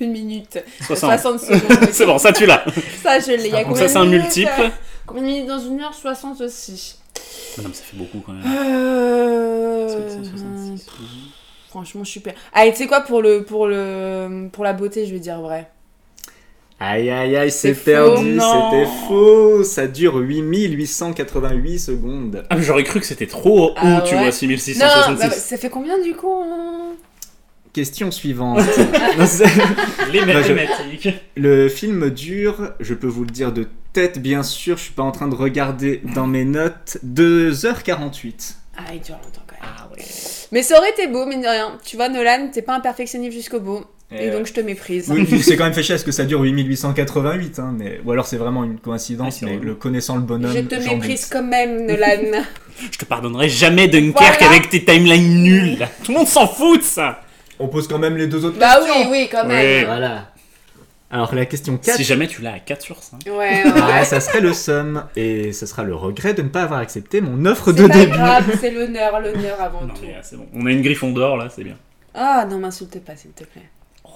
Speaker 2: une minute
Speaker 3: 60.
Speaker 2: secondes.
Speaker 3: c'est bon, ça tu l'as.
Speaker 2: Ça, je l'ai. Il y a
Speaker 3: Donc
Speaker 2: combien de
Speaker 3: ça c'est un
Speaker 2: minutes euh,
Speaker 3: multiple.
Speaker 2: Combien de minutes dans une heure 60 aussi.
Speaker 3: Non mais ça fait beaucoup quand même.
Speaker 2: Euh...
Speaker 3: 66.
Speaker 2: Franchement, je suis per- Allez, tu sais quoi pour le pour le pour la beauté, je vais dire vrai.
Speaker 1: Aïe aïe aïe, c'est
Speaker 2: C'est
Speaker 1: perdu,
Speaker 3: faux, non.
Speaker 1: c'était faux. Ça dure 8888 secondes.
Speaker 3: Ah mais j'aurais cru que c'était trop haut,
Speaker 2: Ah
Speaker 3: tu
Speaker 2: ouais.
Speaker 3: vois,
Speaker 2: Non, bah,
Speaker 3: 6666.
Speaker 2: ça fait combien du coup hein
Speaker 1: Question suivante. Non, c'est-
Speaker 3: Les
Speaker 1: Bah, je-
Speaker 3: mathématiques.
Speaker 1: Le film dure, je peux vous le dire de tête bien sûr, je suis pas en train de regarder dans mes notes, 2h48.
Speaker 2: Ah, il dure longtemps quand même.
Speaker 3: Ah ouais.
Speaker 2: Mais ça aurait été beau, mine de rien. Tu vois, Nolan, t'es pas un perfectionniste jusqu'au bout. Et,
Speaker 1: Euh,
Speaker 2: donc, je te méprise.
Speaker 1: oui, puis c'est quand même fait chier parce que ça dure 8888, hein, mais... ou alors c'est vraiment une coïncidence,
Speaker 3: Ah, c'est
Speaker 1: mais
Speaker 3: relou.
Speaker 1: le connaissant le bonhomme.
Speaker 2: Je te
Speaker 1: j'en doute.
Speaker 2: méprise quand même, Nolan.
Speaker 3: Je te pardonnerai jamais Dunkerque
Speaker 2: Voilà.
Speaker 3: avec tes timelines nulles. Tout le monde s'en fout de ça.
Speaker 1: On pose quand même les deux autres
Speaker 2: bah oui,
Speaker 1: questions.
Speaker 2: oui, quand
Speaker 3: Oui.
Speaker 2: même.
Speaker 1: Voilà. Alors la question 4.
Speaker 3: Si jamais tu l'as à 4 sur 5.
Speaker 2: Ouais, ouais.
Speaker 1: Ah, ça serait le somme et ça sera le regret de ne pas avoir accepté mon offre de
Speaker 2: C'est pas
Speaker 1: début. euh.
Speaker 2: grave, c'est l'honneur, l'honneur avant
Speaker 3: Non
Speaker 2: tout.
Speaker 3: mais ah, c'est bon. On a une griffon d'or là, c'est bien.
Speaker 2: Ah non, m'insulte pas, s'il te plaît.
Speaker 3: Ouais.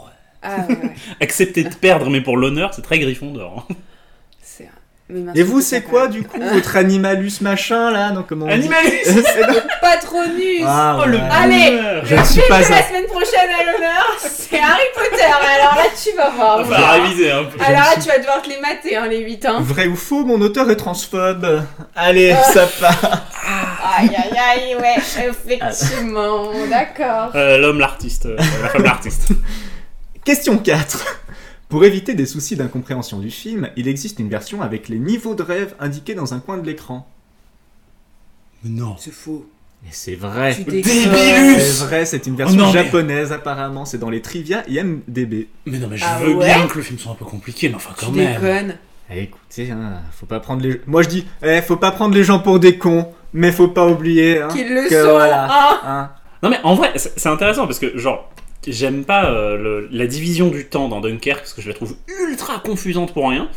Speaker 2: Ah ouais, ouais.
Speaker 3: Accepter de perdre mais pour l'honneur, c'est très griffon d'or. hein.
Speaker 2: C'est... mais m'insulte
Speaker 1: Et vous,
Speaker 2: pas,
Speaker 1: c'est
Speaker 2: quand
Speaker 1: quoi
Speaker 2: même.
Speaker 1: du coup votre animalus machin là Non, comment on dit
Speaker 3: Animaliste
Speaker 1: C'est dans-
Speaker 2: Pas trop nus
Speaker 1: Ah,
Speaker 3: Oh, le
Speaker 1: ouais.
Speaker 2: Allez.
Speaker 3: bonheur.
Speaker 1: Je ne suis
Speaker 2: La
Speaker 1: pas un-
Speaker 2: semaine prochaine à l'honneur, c'est Harry Potter. Alors là, tu vas voir.
Speaker 1: Ah,
Speaker 3: On
Speaker 1: bah,
Speaker 3: va réviser hein. un peu.
Speaker 2: Alors là, tu vas devoir te les mater, hein, les 8 ans.
Speaker 1: Vrai ou faux, mon auteur est transphobe. Allez,
Speaker 2: Ah.
Speaker 1: ça part.
Speaker 2: Aïe, aïe, aïe, ouais, effectivement, d'accord.
Speaker 3: Euh, L'homme l'artiste, euh, la femme l'artiste.
Speaker 1: Question 4. Pour éviter des soucis d'incompréhension du film, il existe une version avec les niveaux de rêve indiqués dans un coin de l'écran.
Speaker 3: Non.
Speaker 2: C'est faux.
Speaker 1: Mais c'est vrai.
Speaker 3: Débilus
Speaker 1: C'est vrai, c'est une version
Speaker 3: Oh non, mais-
Speaker 1: japonaise apparemment, c'est dans les trivia IMDB.
Speaker 3: Mais non, mais je
Speaker 2: Ah
Speaker 3: veux
Speaker 2: ouais
Speaker 3: bien que le film soit un peu compliqué, mais enfin
Speaker 2: Tu
Speaker 3: quand même.
Speaker 2: déconnes.
Speaker 1: Eh, écoutez, hein, faut pas prendre les. Moi je dis, eh, faut pas prendre les gens pour des cons, mais faut pas oublier. hein,
Speaker 2: Qu'ils le
Speaker 1: que
Speaker 2: sont.
Speaker 1: voilà,
Speaker 2: hein.
Speaker 1: hein.
Speaker 3: Non, mais en vrai, c'est c'est intéressant parce que, genre, j'aime pas euh, le- la division du temps dans Dunkerque parce que je la trouve ultra confusante pour rien.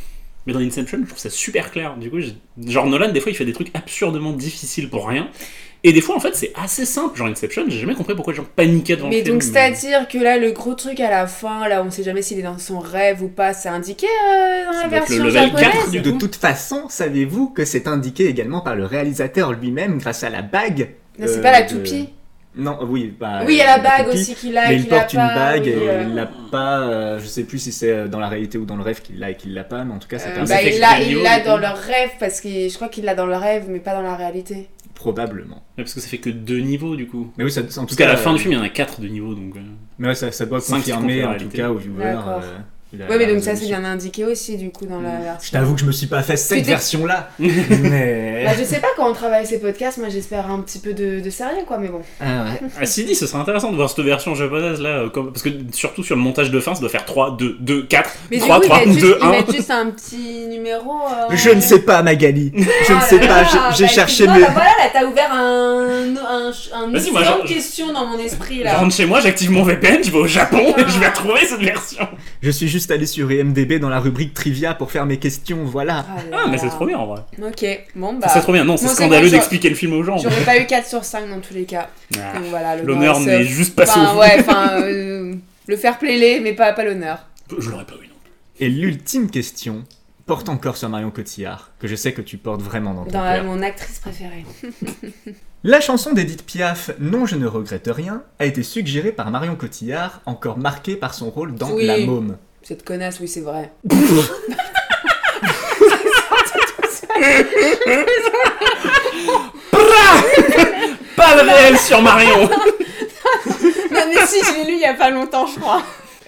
Speaker 3: Mais dans Inception, je trouve ça super clair. Du coup, j'ai- genre Nolan, des fois, il fait des trucs absurdement difficiles pour rien. Et des fois, en fait, c'est assez simple. Genre Inception, j'ai jamais compris pourquoi les gens paniquaient devant
Speaker 2: Mais
Speaker 3: le film.
Speaker 2: donc, c'est-à-dire que là, le gros truc à la fin, là, on sait jamais s'il est dans son rêve ou pas, c'est indiqué euh, dans
Speaker 3: Ça
Speaker 2: la
Speaker 3: doit être le
Speaker 2: version
Speaker 3: level
Speaker 2: japonaise
Speaker 3: 4 du
Speaker 1: De
Speaker 3: coup.
Speaker 1: toute façon, saviez-vous que c'est indiqué également par le réalisateur lui-même grâce à la bague
Speaker 2: Non, c'est
Speaker 1: euh,
Speaker 2: pas la
Speaker 1: de-
Speaker 2: toupie.
Speaker 1: Non, oui, bah,
Speaker 2: oui, il y a la
Speaker 1: euh,
Speaker 2: bague
Speaker 1: toupie.
Speaker 2: aussi qu'il a.
Speaker 1: mais
Speaker 2: qu'il
Speaker 1: il porte
Speaker 2: a
Speaker 1: une
Speaker 2: pas,
Speaker 1: bague
Speaker 2: oui,
Speaker 1: et
Speaker 2: euh,
Speaker 1: il l'a pas. euh, je sais plus si c'est euh, dans la réalité ou dans le rêve qu'il l'a et qu'il l'a pas, mais en tout cas, ça
Speaker 2: euh,
Speaker 1: permet
Speaker 2: bah,
Speaker 3: effet
Speaker 2: il l'a,
Speaker 3: Clio,
Speaker 2: il l'a
Speaker 3: du
Speaker 2: dans
Speaker 3: coup.
Speaker 2: leur rêve parce que je crois qu'il l'a dans leur rêve, mais pas dans la réalité.
Speaker 1: probablement.
Speaker 3: Ouais, parce que ça fait que deux niveaux du coup.
Speaker 1: Mais oui, ça, en tout
Speaker 3: Parce
Speaker 1: cas,
Speaker 3: qu'à la
Speaker 1: euh,
Speaker 3: fin du film, il y en a quatre de niveaux donc. euh.
Speaker 1: Mais ouais, ça, ça doit
Speaker 3: Cinq,
Speaker 1: confirmer
Speaker 3: six
Speaker 1: en tout
Speaker 3: confirmes,
Speaker 1: cas au viewer. euh,
Speaker 2: D'accord.
Speaker 1: la-
Speaker 2: Ouais, mais
Speaker 1: la
Speaker 2: donc ça, c'est
Speaker 1: résolution.
Speaker 2: bien indiqué aussi, du coup, dans la
Speaker 3: Mm.
Speaker 1: Je
Speaker 2: version.
Speaker 1: t'avoue que je me suis pas fait cette
Speaker 2: t'es-
Speaker 1: version-là, mais.
Speaker 2: Bah, je sais pas, quand on travaille ces podcasts, moi j'espère un petit peu de, de sérieux, quoi, mais bon.
Speaker 1: Ah ouais.
Speaker 3: Ah, si dit, ce serait intéressant de voir cette version japonaise là. euh, comme- Parce que surtout sur le montage de fin, ça doit faire 3, 2, 2, 4,
Speaker 2: Mais
Speaker 3: 3,
Speaker 2: du coup,
Speaker 3: 3,
Speaker 2: ils mettent
Speaker 3: 2,
Speaker 2: juste, ils
Speaker 3: 1.
Speaker 2: mettent juste un petit numéro. euh,
Speaker 1: Je ne sais pas, Magali. Je ne sais pas. j'ai- J'ai cherché
Speaker 2: mes.
Speaker 1: mes.
Speaker 2: Bah voilà, là, t'as ouvert un, un, un
Speaker 3: Vas-y, moi,
Speaker 2: océan de
Speaker 3: je-
Speaker 2: questions dans mon esprit,
Speaker 3: Je
Speaker 2: là.
Speaker 3: rentre chez moi, j'active mon VPN, je vais au Japon et je vais
Speaker 2: Ah.
Speaker 3: retrouver cette version.
Speaker 1: Je suis juste allé sur IMDb dans la rubrique trivia pour faire mes questions. Voilà.
Speaker 2: Ah, là,
Speaker 3: Ah,
Speaker 2: là.
Speaker 3: mais c'est trop bien en vrai.
Speaker 2: Ok, bon bah.
Speaker 3: Ça, C'est trop bien, non, c'est
Speaker 2: moi, c'est
Speaker 3: scandaleux
Speaker 2: moi, j'aurais-
Speaker 3: d'expliquer le film aux gens.
Speaker 2: J'aurais pas eu 4 sur 5 dans tous les cas.
Speaker 3: Ah,
Speaker 2: Donc voilà, le
Speaker 3: L'honneur
Speaker 2: Grace,
Speaker 3: n'est
Speaker 2: euh,
Speaker 3: juste pas
Speaker 2: Enfin,
Speaker 3: sauvé.
Speaker 2: ouais, enfin, euh, le faire plailer, mais pas, pas l'honneur.
Speaker 3: Je l'aurais pas eu non.
Speaker 1: Et l'ultime question porte encore sur Marion Cotillard, que je sais que tu portes vraiment dans ton
Speaker 2: Dans
Speaker 1: cœur.
Speaker 2: mon actrice préférée.
Speaker 1: La chanson d'Edith Piaf, Non, je ne regrette rien, a été suggérée par Marion Cotillard, encore marquée par son rôle dans
Speaker 2: Oui.
Speaker 1: La Môme.
Speaker 2: Cette connasse, oui, c'est vrai.
Speaker 3: Pas de réel sur Marion
Speaker 2: non, mais si, je l'ai lu il y a pas longtemps, je crois.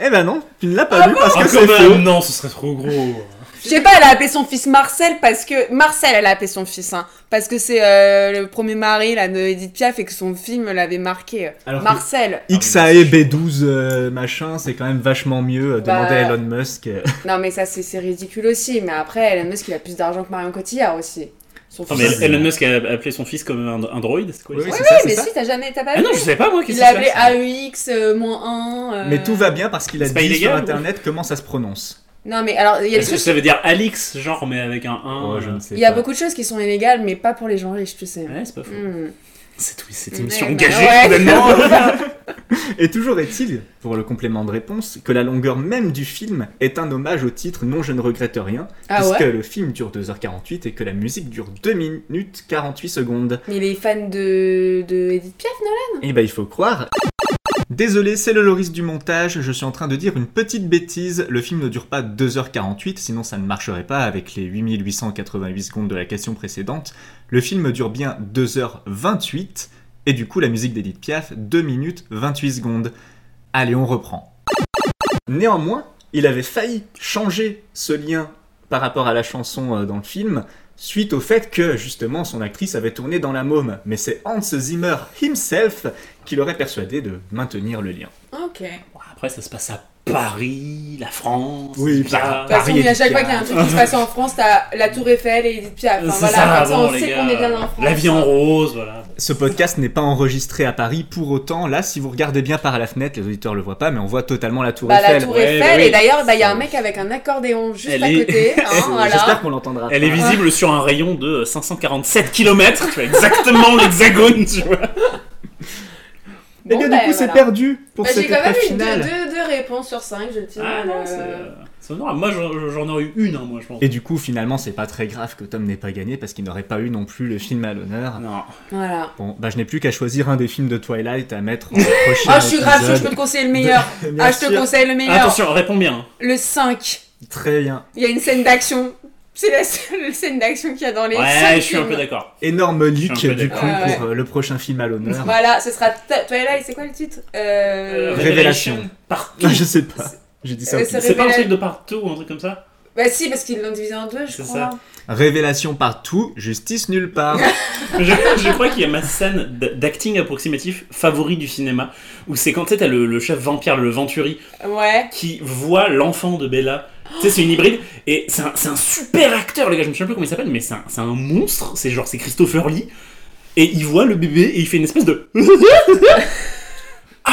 Speaker 1: Eh ben non, tu ne l'as pas vu parce
Speaker 3: Ah,
Speaker 1: que
Speaker 3: quand
Speaker 1: c'est
Speaker 3: même,
Speaker 1: faux.
Speaker 3: non, ce serait trop gros.
Speaker 2: Je sais pas, elle a appelé son fils Marcel parce que. Marcel, elle a appelé son fils, hein. Parce que c'est euh, le premier mari, là, de Edith Piaf et que son film l'avait marqué.
Speaker 1: Alors que-
Speaker 2: Marcel.
Speaker 3: Ah,
Speaker 1: XAE B12 euh, machin, c'est quand même vachement mieux. euh,
Speaker 2: Bah.
Speaker 1: Demandez à Elon Musk. euh.
Speaker 2: Non, mais ça, c'est c'est ridicule aussi. Mais après, Elon Musk, il a plus d'argent que Marion Cotillard aussi. Son
Speaker 3: Non,
Speaker 2: fils.
Speaker 3: mais
Speaker 1: Ça, c'est-
Speaker 3: Elon Musk a appelé son fils comme un, un droïde, c'est quoi
Speaker 1: Oui,
Speaker 3: ça
Speaker 1: oui, c'est ça, c'est
Speaker 2: mais
Speaker 1: ça.
Speaker 2: si, t'as jamais. T'as pas
Speaker 3: Ah
Speaker 2: vu
Speaker 3: non, je savais pas moi,
Speaker 2: Il
Speaker 3: qu'est-ce que
Speaker 2: l'appelait
Speaker 3: c'est
Speaker 2: AEX-1. euh,
Speaker 1: Mais tout va bien parce qu'il a
Speaker 3: C'est pas
Speaker 1: dit sur
Speaker 3: illégal, ou-
Speaker 1: internet comment ça se prononce.
Speaker 2: Non, mais alors, il y a des
Speaker 3: Est-ce que
Speaker 2: trucs.
Speaker 3: ça veut dire Alix, genre, mais avec un 1
Speaker 1: Oh, je ne sais
Speaker 2: Il y a
Speaker 1: pas.
Speaker 2: beaucoup de choses qui sont illégales, mais pas pour les gens riches, tu sais.
Speaker 3: Ouais, c'est pas faux.
Speaker 2: Hmm.
Speaker 3: C'est tout, cette
Speaker 2: Ouais,
Speaker 3: émission
Speaker 2: bah
Speaker 3: engagée,
Speaker 2: ouais. Ah
Speaker 3: finalement.
Speaker 1: Et toujours est-il, pour le complément de réponse, que la longueur même du film est un hommage au titre Non, je ne regrette rien,
Speaker 2: Ah
Speaker 1: puisque
Speaker 2: ouais
Speaker 1: le film dure 2h48 et que la musique dure 2 minutes 48 secondes.
Speaker 2: Il est fan de, de Edith Piaf, non
Speaker 1: Et bah, il faut croire. Désolé, c'est le Loris du montage, je suis en train de dire une petite bêtise, le film ne dure pas 2h48, sinon ça ne marcherait pas avec les 8888 secondes de la question précédente. Le film dure bien 2h28, et du coup la musique d'Edith Piaf, 2 minutes 28 secondes. Allez, on reprend. Néanmoins, il avait failli changer ce lien par rapport à la chanson euh, dans le film, suite au fait que justement son actrice avait tourné dans la môme, mais c'est Hans Zimmer himself qui l'aurait persuadé de maintenir le lien.
Speaker 2: Ok. De
Speaker 3: Bon, Après, ça se passe à Paris, la France.
Speaker 1: Oui,
Speaker 3: ça.
Speaker 1: bah,
Speaker 2: toute façon,
Speaker 1: Paris,
Speaker 2: à
Speaker 1: Edith
Speaker 2: chaque fois qu'il y a un truc qui se passe en France, t'as la Tour Eiffel et Edith Piaf. Enfin,
Speaker 3: C'est
Speaker 2: voilà,
Speaker 3: ça,
Speaker 2: comme ça,
Speaker 3: bon,
Speaker 2: on
Speaker 3: les
Speaker 2: sait
Speaker 3: gars. euh,
Speaker 2: qu'on est bien en France. hein.
Speaker 3: La vie en rose, voilà.
Speaker 1: Ce podcast n'est pas enregistré à Paris, pour autant, là, si vous regardez bien par la fenêtre, les auditeurs le voient pas, mais on voit totalement la tour
Speaker 2: Bah, la
Speaker 1: Eiffel.
Speaker 2: Tour
Speaker 3: Ouais,
Speaker 2: Eiffel,
Speaker 3: bah oui.
Speaker 2: et d'ailleurs, bah, il y a un mec avec un accordéon juste
Speaker 3: Elle
Speaker 2: à
Speaker 3: est-
Speaker 2: côté. hein,
Speaker 1: C'est- J'espère
Speaker 2: voilà.
Speaker 1: qu'on l'entendra.
Speaker 3: Elle
Speaker 1: pas.
Speaker 3: est visible sur un rayon de 547 km, tu vois, exactement l'hexagone, tu vois.
Speaker 1: Eh bien,
Speaker 2: Bon,
Speaker 1: du
Speaker 2: bah,
Speaker 1: coup, c'est
Speaker 2: voilà.
Speaker 1: perdu pour
Speaker 2: Bah,
Speaker 1: cette
Speaker 2: J'ai quand même
Speaker 1: épreuve
Speaker 2: eu
Speaker 1: finale.
Speaker 2: deux, deux, deux réponses sur cinq, je tiens à
Speaker 3: Ah
Speaker 2: le-
Speaker 3: non, c'est. euh, c'est honorable. Moi, j'en j'en aurais eu une, hein, moi, je pense.
Speaker 1: Et du coup, finalement, c'est pas très grave que Tom n'ait pas gagné parce qu'il n'aurait pas eu non plus le film à l'honneur.
Speaker 3: Ah, Non.
Speaker 2: Voilà.
Speaker 1: Bon, bah, je n'ai plus qu'à choisir un des films de Twilight à mettre en prochain.
Speaker 2: Ah, je suis grave, chaud, je peux
Speaker 1: épisode.
Speaker 2: te conseiller le meilleur.
Speaker 1: Bien
Speaker 2: Ah, je te
Speaker 1: sûr.
Speaker 2: conseille le meilleur.
Speaker 3: Attention, réponds bien. hein.
Speaker 2: Le 5.
Speaker 1: Très bien.
Speaker 2: Il y a une scène d'action. C'est la seule scène d'action qu'il y a dans les
Speaker 3: Ouais,
Speaker 2: cinq
Speaker 3: je suis un
Speaker 2: films.
Speaker 3: peu d'accord.
Speaker 1: Énorme Luc,
Speaker 3: peu
Speaker 1: du coup,
Speaker 3: d'accord.
Speaker 2: Ah ouais.
Speaker 1: pour euh, le prochain film à l'honneur.
Speaker 2: Voilà, ce sera Ta- Twilight, c'est quoi le titre euh...
Speaker 1: Ré- Révélation.
Speaker 3: Partout.
Speaker 1: Ah, je sais pas. J'ai dit ça. au
Speaker 2: Euh,
Speaker 1: pif.
Speaker 2: c'est-
Speaker 3: C'est pas un
Speaker 2: Révélation.
Speaker 3: truc de partout ou un truc comme ça
Speaker 2: Bah si, parce qu'ils l'ont divisé en deux, je
Speaker 3: C'est
Speaker 2: crois.
Speaker 1: Révélation partout, justice nulle part.
Speaker 3: je, je crois qu'il y a ma scène d- d'acting approximatif favori du cinéma, où c'est quand tu sais, t'as le, le chef vampire, le Venturi,
Speaker 2: Ouais.
Speaker 3: qui voit l'enfant de Bella. Tu sais, c'est une hybride, et c'est un, c'est un super acteur, les gars, je me souviens plus comment il s'appelle, mais c'est un, c'est un monstre, c'est genre, c'est Christopher Lee, et il voit le bébé, et il fait une espèce de...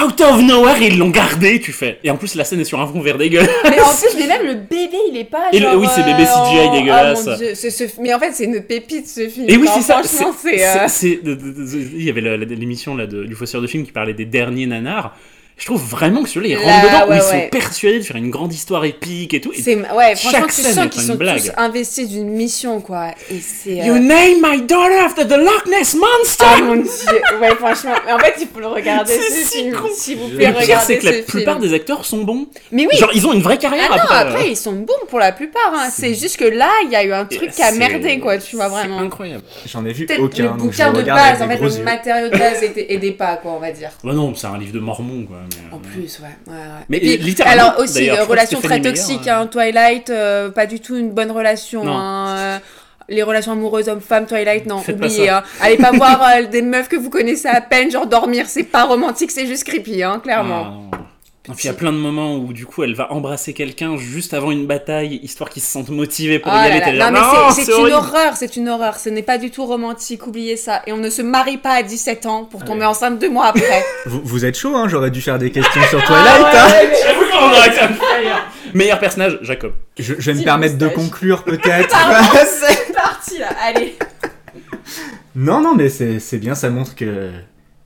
Speaker 3: Out of nowhere, ils l'ont gardé, tu fais. Et en plus, la scène est sur un fond vert dégueulasse.
Speaker 2: Mais en plus, mais même le bébé, il est pas.
Speaker 3: Et le-
Speaker 2: genre,
Speaker 3: oui, c'est
Speaker 2: euh,
Speaker 3: bébé CGI
Speaker 2: en-
Speaker 3: dégueulasse.
Speaker 2: Ah, mon Dieu, ce- ce- Mais en fait, c'est une pépite ce film.
Speaker 3: Et oui,
Speaker 2: Enfin,
Speaker 3: c'est ça.
Speaker 2: Franchement,
Speaker 3: c'est-
Speaker 2: c'est. euh,
Speaker 3: c'est- c'est- de- de- de- Il y avait la- la- l'émission là de- du Fausseur de film qui parlait des derniers nanars. Je trouve vraiment que celui-là, ils
Speaker 2: Là,
Speaker 3: rentrent dedans, où
Speaker 2: ouais,
Speaker 3: ils sont
Speaker 2: ouais.
Speaker 3: persuadés de faire une grande histoire épique et tout. Et
Speaker 2: euh, c'est- Ouais, franchement,
Speaker 3: chaque
Speaker 2: tu
Speaker 3: scène
Speaker 2: sens
Speaker 3: est
Speaker 2: qu'ils
Speaker 3: une
Speaker 2: sont
Speaker 3: blague.
Speaker 2: tous investis d'une mission, quoi. Et c'est. euh,
Speaker 3: You name my daughter after the Loch Ness Monster!
Speaker 2: Ah mon dieu, ouais franchement, mais en fait il faut le regarder
Speaker 3: C'est
Speaker 2: ce
Speaker 3: si
Speaker 2: film,
Speaker 3: con.
Speaker 2: s'il vous
Speaker 1: Le
Speaker 2: plaît
Speaker 3: le pire, c'est
Speaker 2: regardez
Speaker 3: que la
Speaker 2: ce
Speaker 3: plupart
Speaker 2: film.
Speaker 3: des euh, acteurs sont bons.
Speaker 2: Mais oui,
Speaker 3: Genre, ils ont une vraie
Speaker 2: ah
Speaker 3: carrière
Speaker 2: non,
Speaker 3: après.
Speaker 2: après ils sont bons pour la plupart, hein. c'est juste que là il y a eu un truc qui a
Speaker 3: euh, C'est-
Speaker 2: merdé quoi, tu vois vraiment.
Speaker 3: C'est incroyable.
Speaker 1: J'en ai vu
Speaker 2: Peut-être
Speaker 1: aucun.
Speaker 2: le
Speaker 1: hein, donc je
Speaker 2: bouquin de
Speaker 1: regarde avec
Speaker 2: base, en
Speaker 1: des
Speaker 2: fait
Speaker 1: gros
Speaker 2: le
Speaker 1: yeux.
Speaker 2: matériau de base était- aidait pas quoi on va dire.
Speaker 3: Bah non, c'est un livre de mormon quoi. mais,
Speaker 2: En
Speaker 3: euh,
Speaker 2: plus, ouais. ouais, ouais.
Speaker 3: Mais
Speaker 2: Et puis,
Speaker 3: littéralement,
Speaker 2: alors aussi,
Speaker 3: d'ailleurs, je
Speaker 2: euh,
Speaker 3: crois que
Speaker 2: relation très
Speaker 3: Stéphanie Meyer,
Speaker 2: toxique,
Speaker 3: euh,
Speaker 2: hein, Twilight, euh, pas du tout une bonne relation.
Speaker 3: Non.
Speaker 2: hein, euh, les relations amoureuses hommes-femmes, Twilight, non,
Speaker 3: Faites pas
Speaker 2: oubliez.
Speaker 3: ça.
Speaker 2: hein. Allez pas voir euh, des meufs que vous connaissez à peine, genre dormir, c'est pas romantique, c'est juste creepy, hein, clairement.
Speaker 3: non, non. Non, puis il y a plein de moments où du coup elle va embrasser quelqu'un juste avant une bataille, histoire qu'ils se sentent motivés pour
Speaker 2: Ah
Speaker 3: y
Speaker 2: là
Speaker 3: aller.
Speaker 2: là.
Speaker 3: t'es là,
Speaker 2: Non, mais c'est- c'est une
Speaker 3: horrible.
Speaker 2: horreur, c'est une horreur. Ce n'est pas du tout romantique, oubliez ça. Et on ne se marie pas à 17 ans pour tomber
Speaker 1: Ouais.
Speaker 2: enceinte deux mois après.
Speaker 1: Vous, vous êtes chaud, hein J'aurais dû faire des questions sur
Speaker 2: Ah
Speaker 1: Twilight.
Speaker 2: ouais,
Speaker 1: hein.
Speaker 2: ouais, mais-
Speaker 3: J'avoue qu'on aurait été un meilleur. Meilleur personnage, Jacob.
Speaker 1: je, je vais me
Speaker 2: Petit
Speaker 1: permettre de
Speaker 2: moustache.
Speaker 1: conclure peut-être.
Speaker 2: Pardon, c'est parti là, allez.
Speaker 1: non, non, mais c'est c'est bien. Ça montre que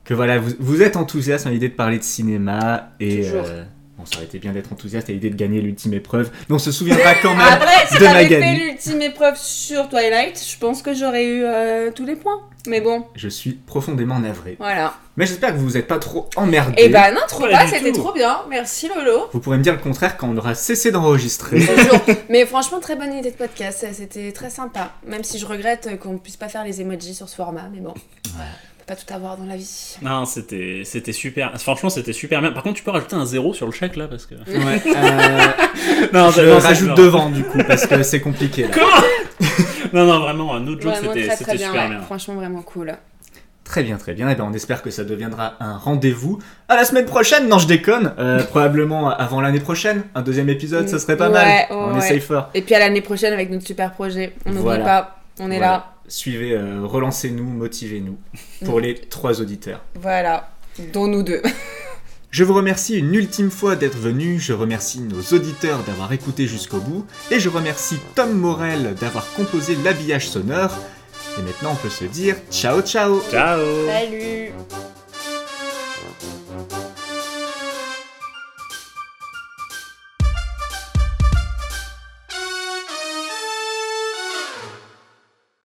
Speaker 1: que voilà, vous, vous êtes enthousiaste à l'idée de parler de cinéma et.
Speaker 2: Toujours.
Speaker 1: euh, Bon, ça aurait été bien d'être enthousiaste à l'idée de gagner l'ultime épreuve, mais on se souviendra quand
Speaker 3: Euh,
Speaker 1: même
Speaker 2: Après, si
Speaker 1: de
Speaker 2: t'avais fait
Speaker 1: Magali.
Speaker 2: l'ultime épreuve sur Twilight, je pense que j'aurais eu euh, tous les points. Mais bon,
Speaker 1: Je suis profondément navré.
Speaker 2: voilà.
Speaker 1: Mais j'espère que vous vous êtes pas trop emmerdé.
Speaker 2: Et bah non, trop
Speaker 3: Pas
Speaker 2: pas,
Speaker 3: du
Speaker 2: c'était
Speaker 3: tout.
Speaker 2: trop bien. Merci Lolo.
Speaker 1: Vous pourrez me dire le contraire quand on aura cessé d'enregistrer.
Speaker 2: Toujours. Mais franchement, très bonne idée de podcast. ça, C'était très sympa. Même si je regrette euh, qu'on puisse pas faire les emojis sur ce format, mais bon. On peut pas tout avoir dans la vie.
Speaker 3: Non, c'était c'était super. Franchement, c'était super bien. Par contre, tu peux rajouter un zéro sur le chèque là parce que.
Speaker 1: Ouais, euh,
Speaker 3: Non,
Speaker 1: je
Speaker 3: non, c'est
Speaker 1: rajoute
Speaker 3: genre-
Speaker 1: devant du coup parce que c'est compliqué. là.
Speaker 3: Comment Non, non, vraiment, un autre joke,
Speaker 2: Vraiment
Speaker 3: c'était
Speaker 2: très très
Speaker 3: c'était
Speaker 2: bien,
Speaker 3: super
Speaker 2: ouais.
Speaker 3: bien.
Speaker 2: franchement vraiment cool.
Speaker 1: Très bien, très bien. Et ben on espère que ça deviendra un rendez-vous à la semaine prochaine. Non, je déconne. Euh, probablement avant l'année prochaine, un deuxième épisode, ça serait pas
Speaker 2: Ouais,
Speaker 1: mal.
Speaker 2: Mm, ouais,
Speaker 1: on
Speaker 2: ouais.
Speaker 1: essaye fort.
Speaker 2: Et puis à l'année prochaine avec notre super projet. On n'oublie
Speaker 1: Voilà.
Speaker 2: pas, on est
Speaker 1: Voilà.
Speaker 2: là.
Speaker 1: Suivez, euh, relancez-nous, motivez-nous
Speaker 2: Mm.
Speaker 1: pour les trois auditeurs.
Speaker 2: Voilà, dont nous deux.
Speaker 1: Je vous remercie une ultime fois d'être venu, je remercie nos auditeurs d'avoir écouté jusqu'au bout, et je remercie Tom Morel d'avoir composé l'habillage sonore. Et maintenant on peut se dire ciao ciao
Speaker 3: Ciao
Speaker 2: Salut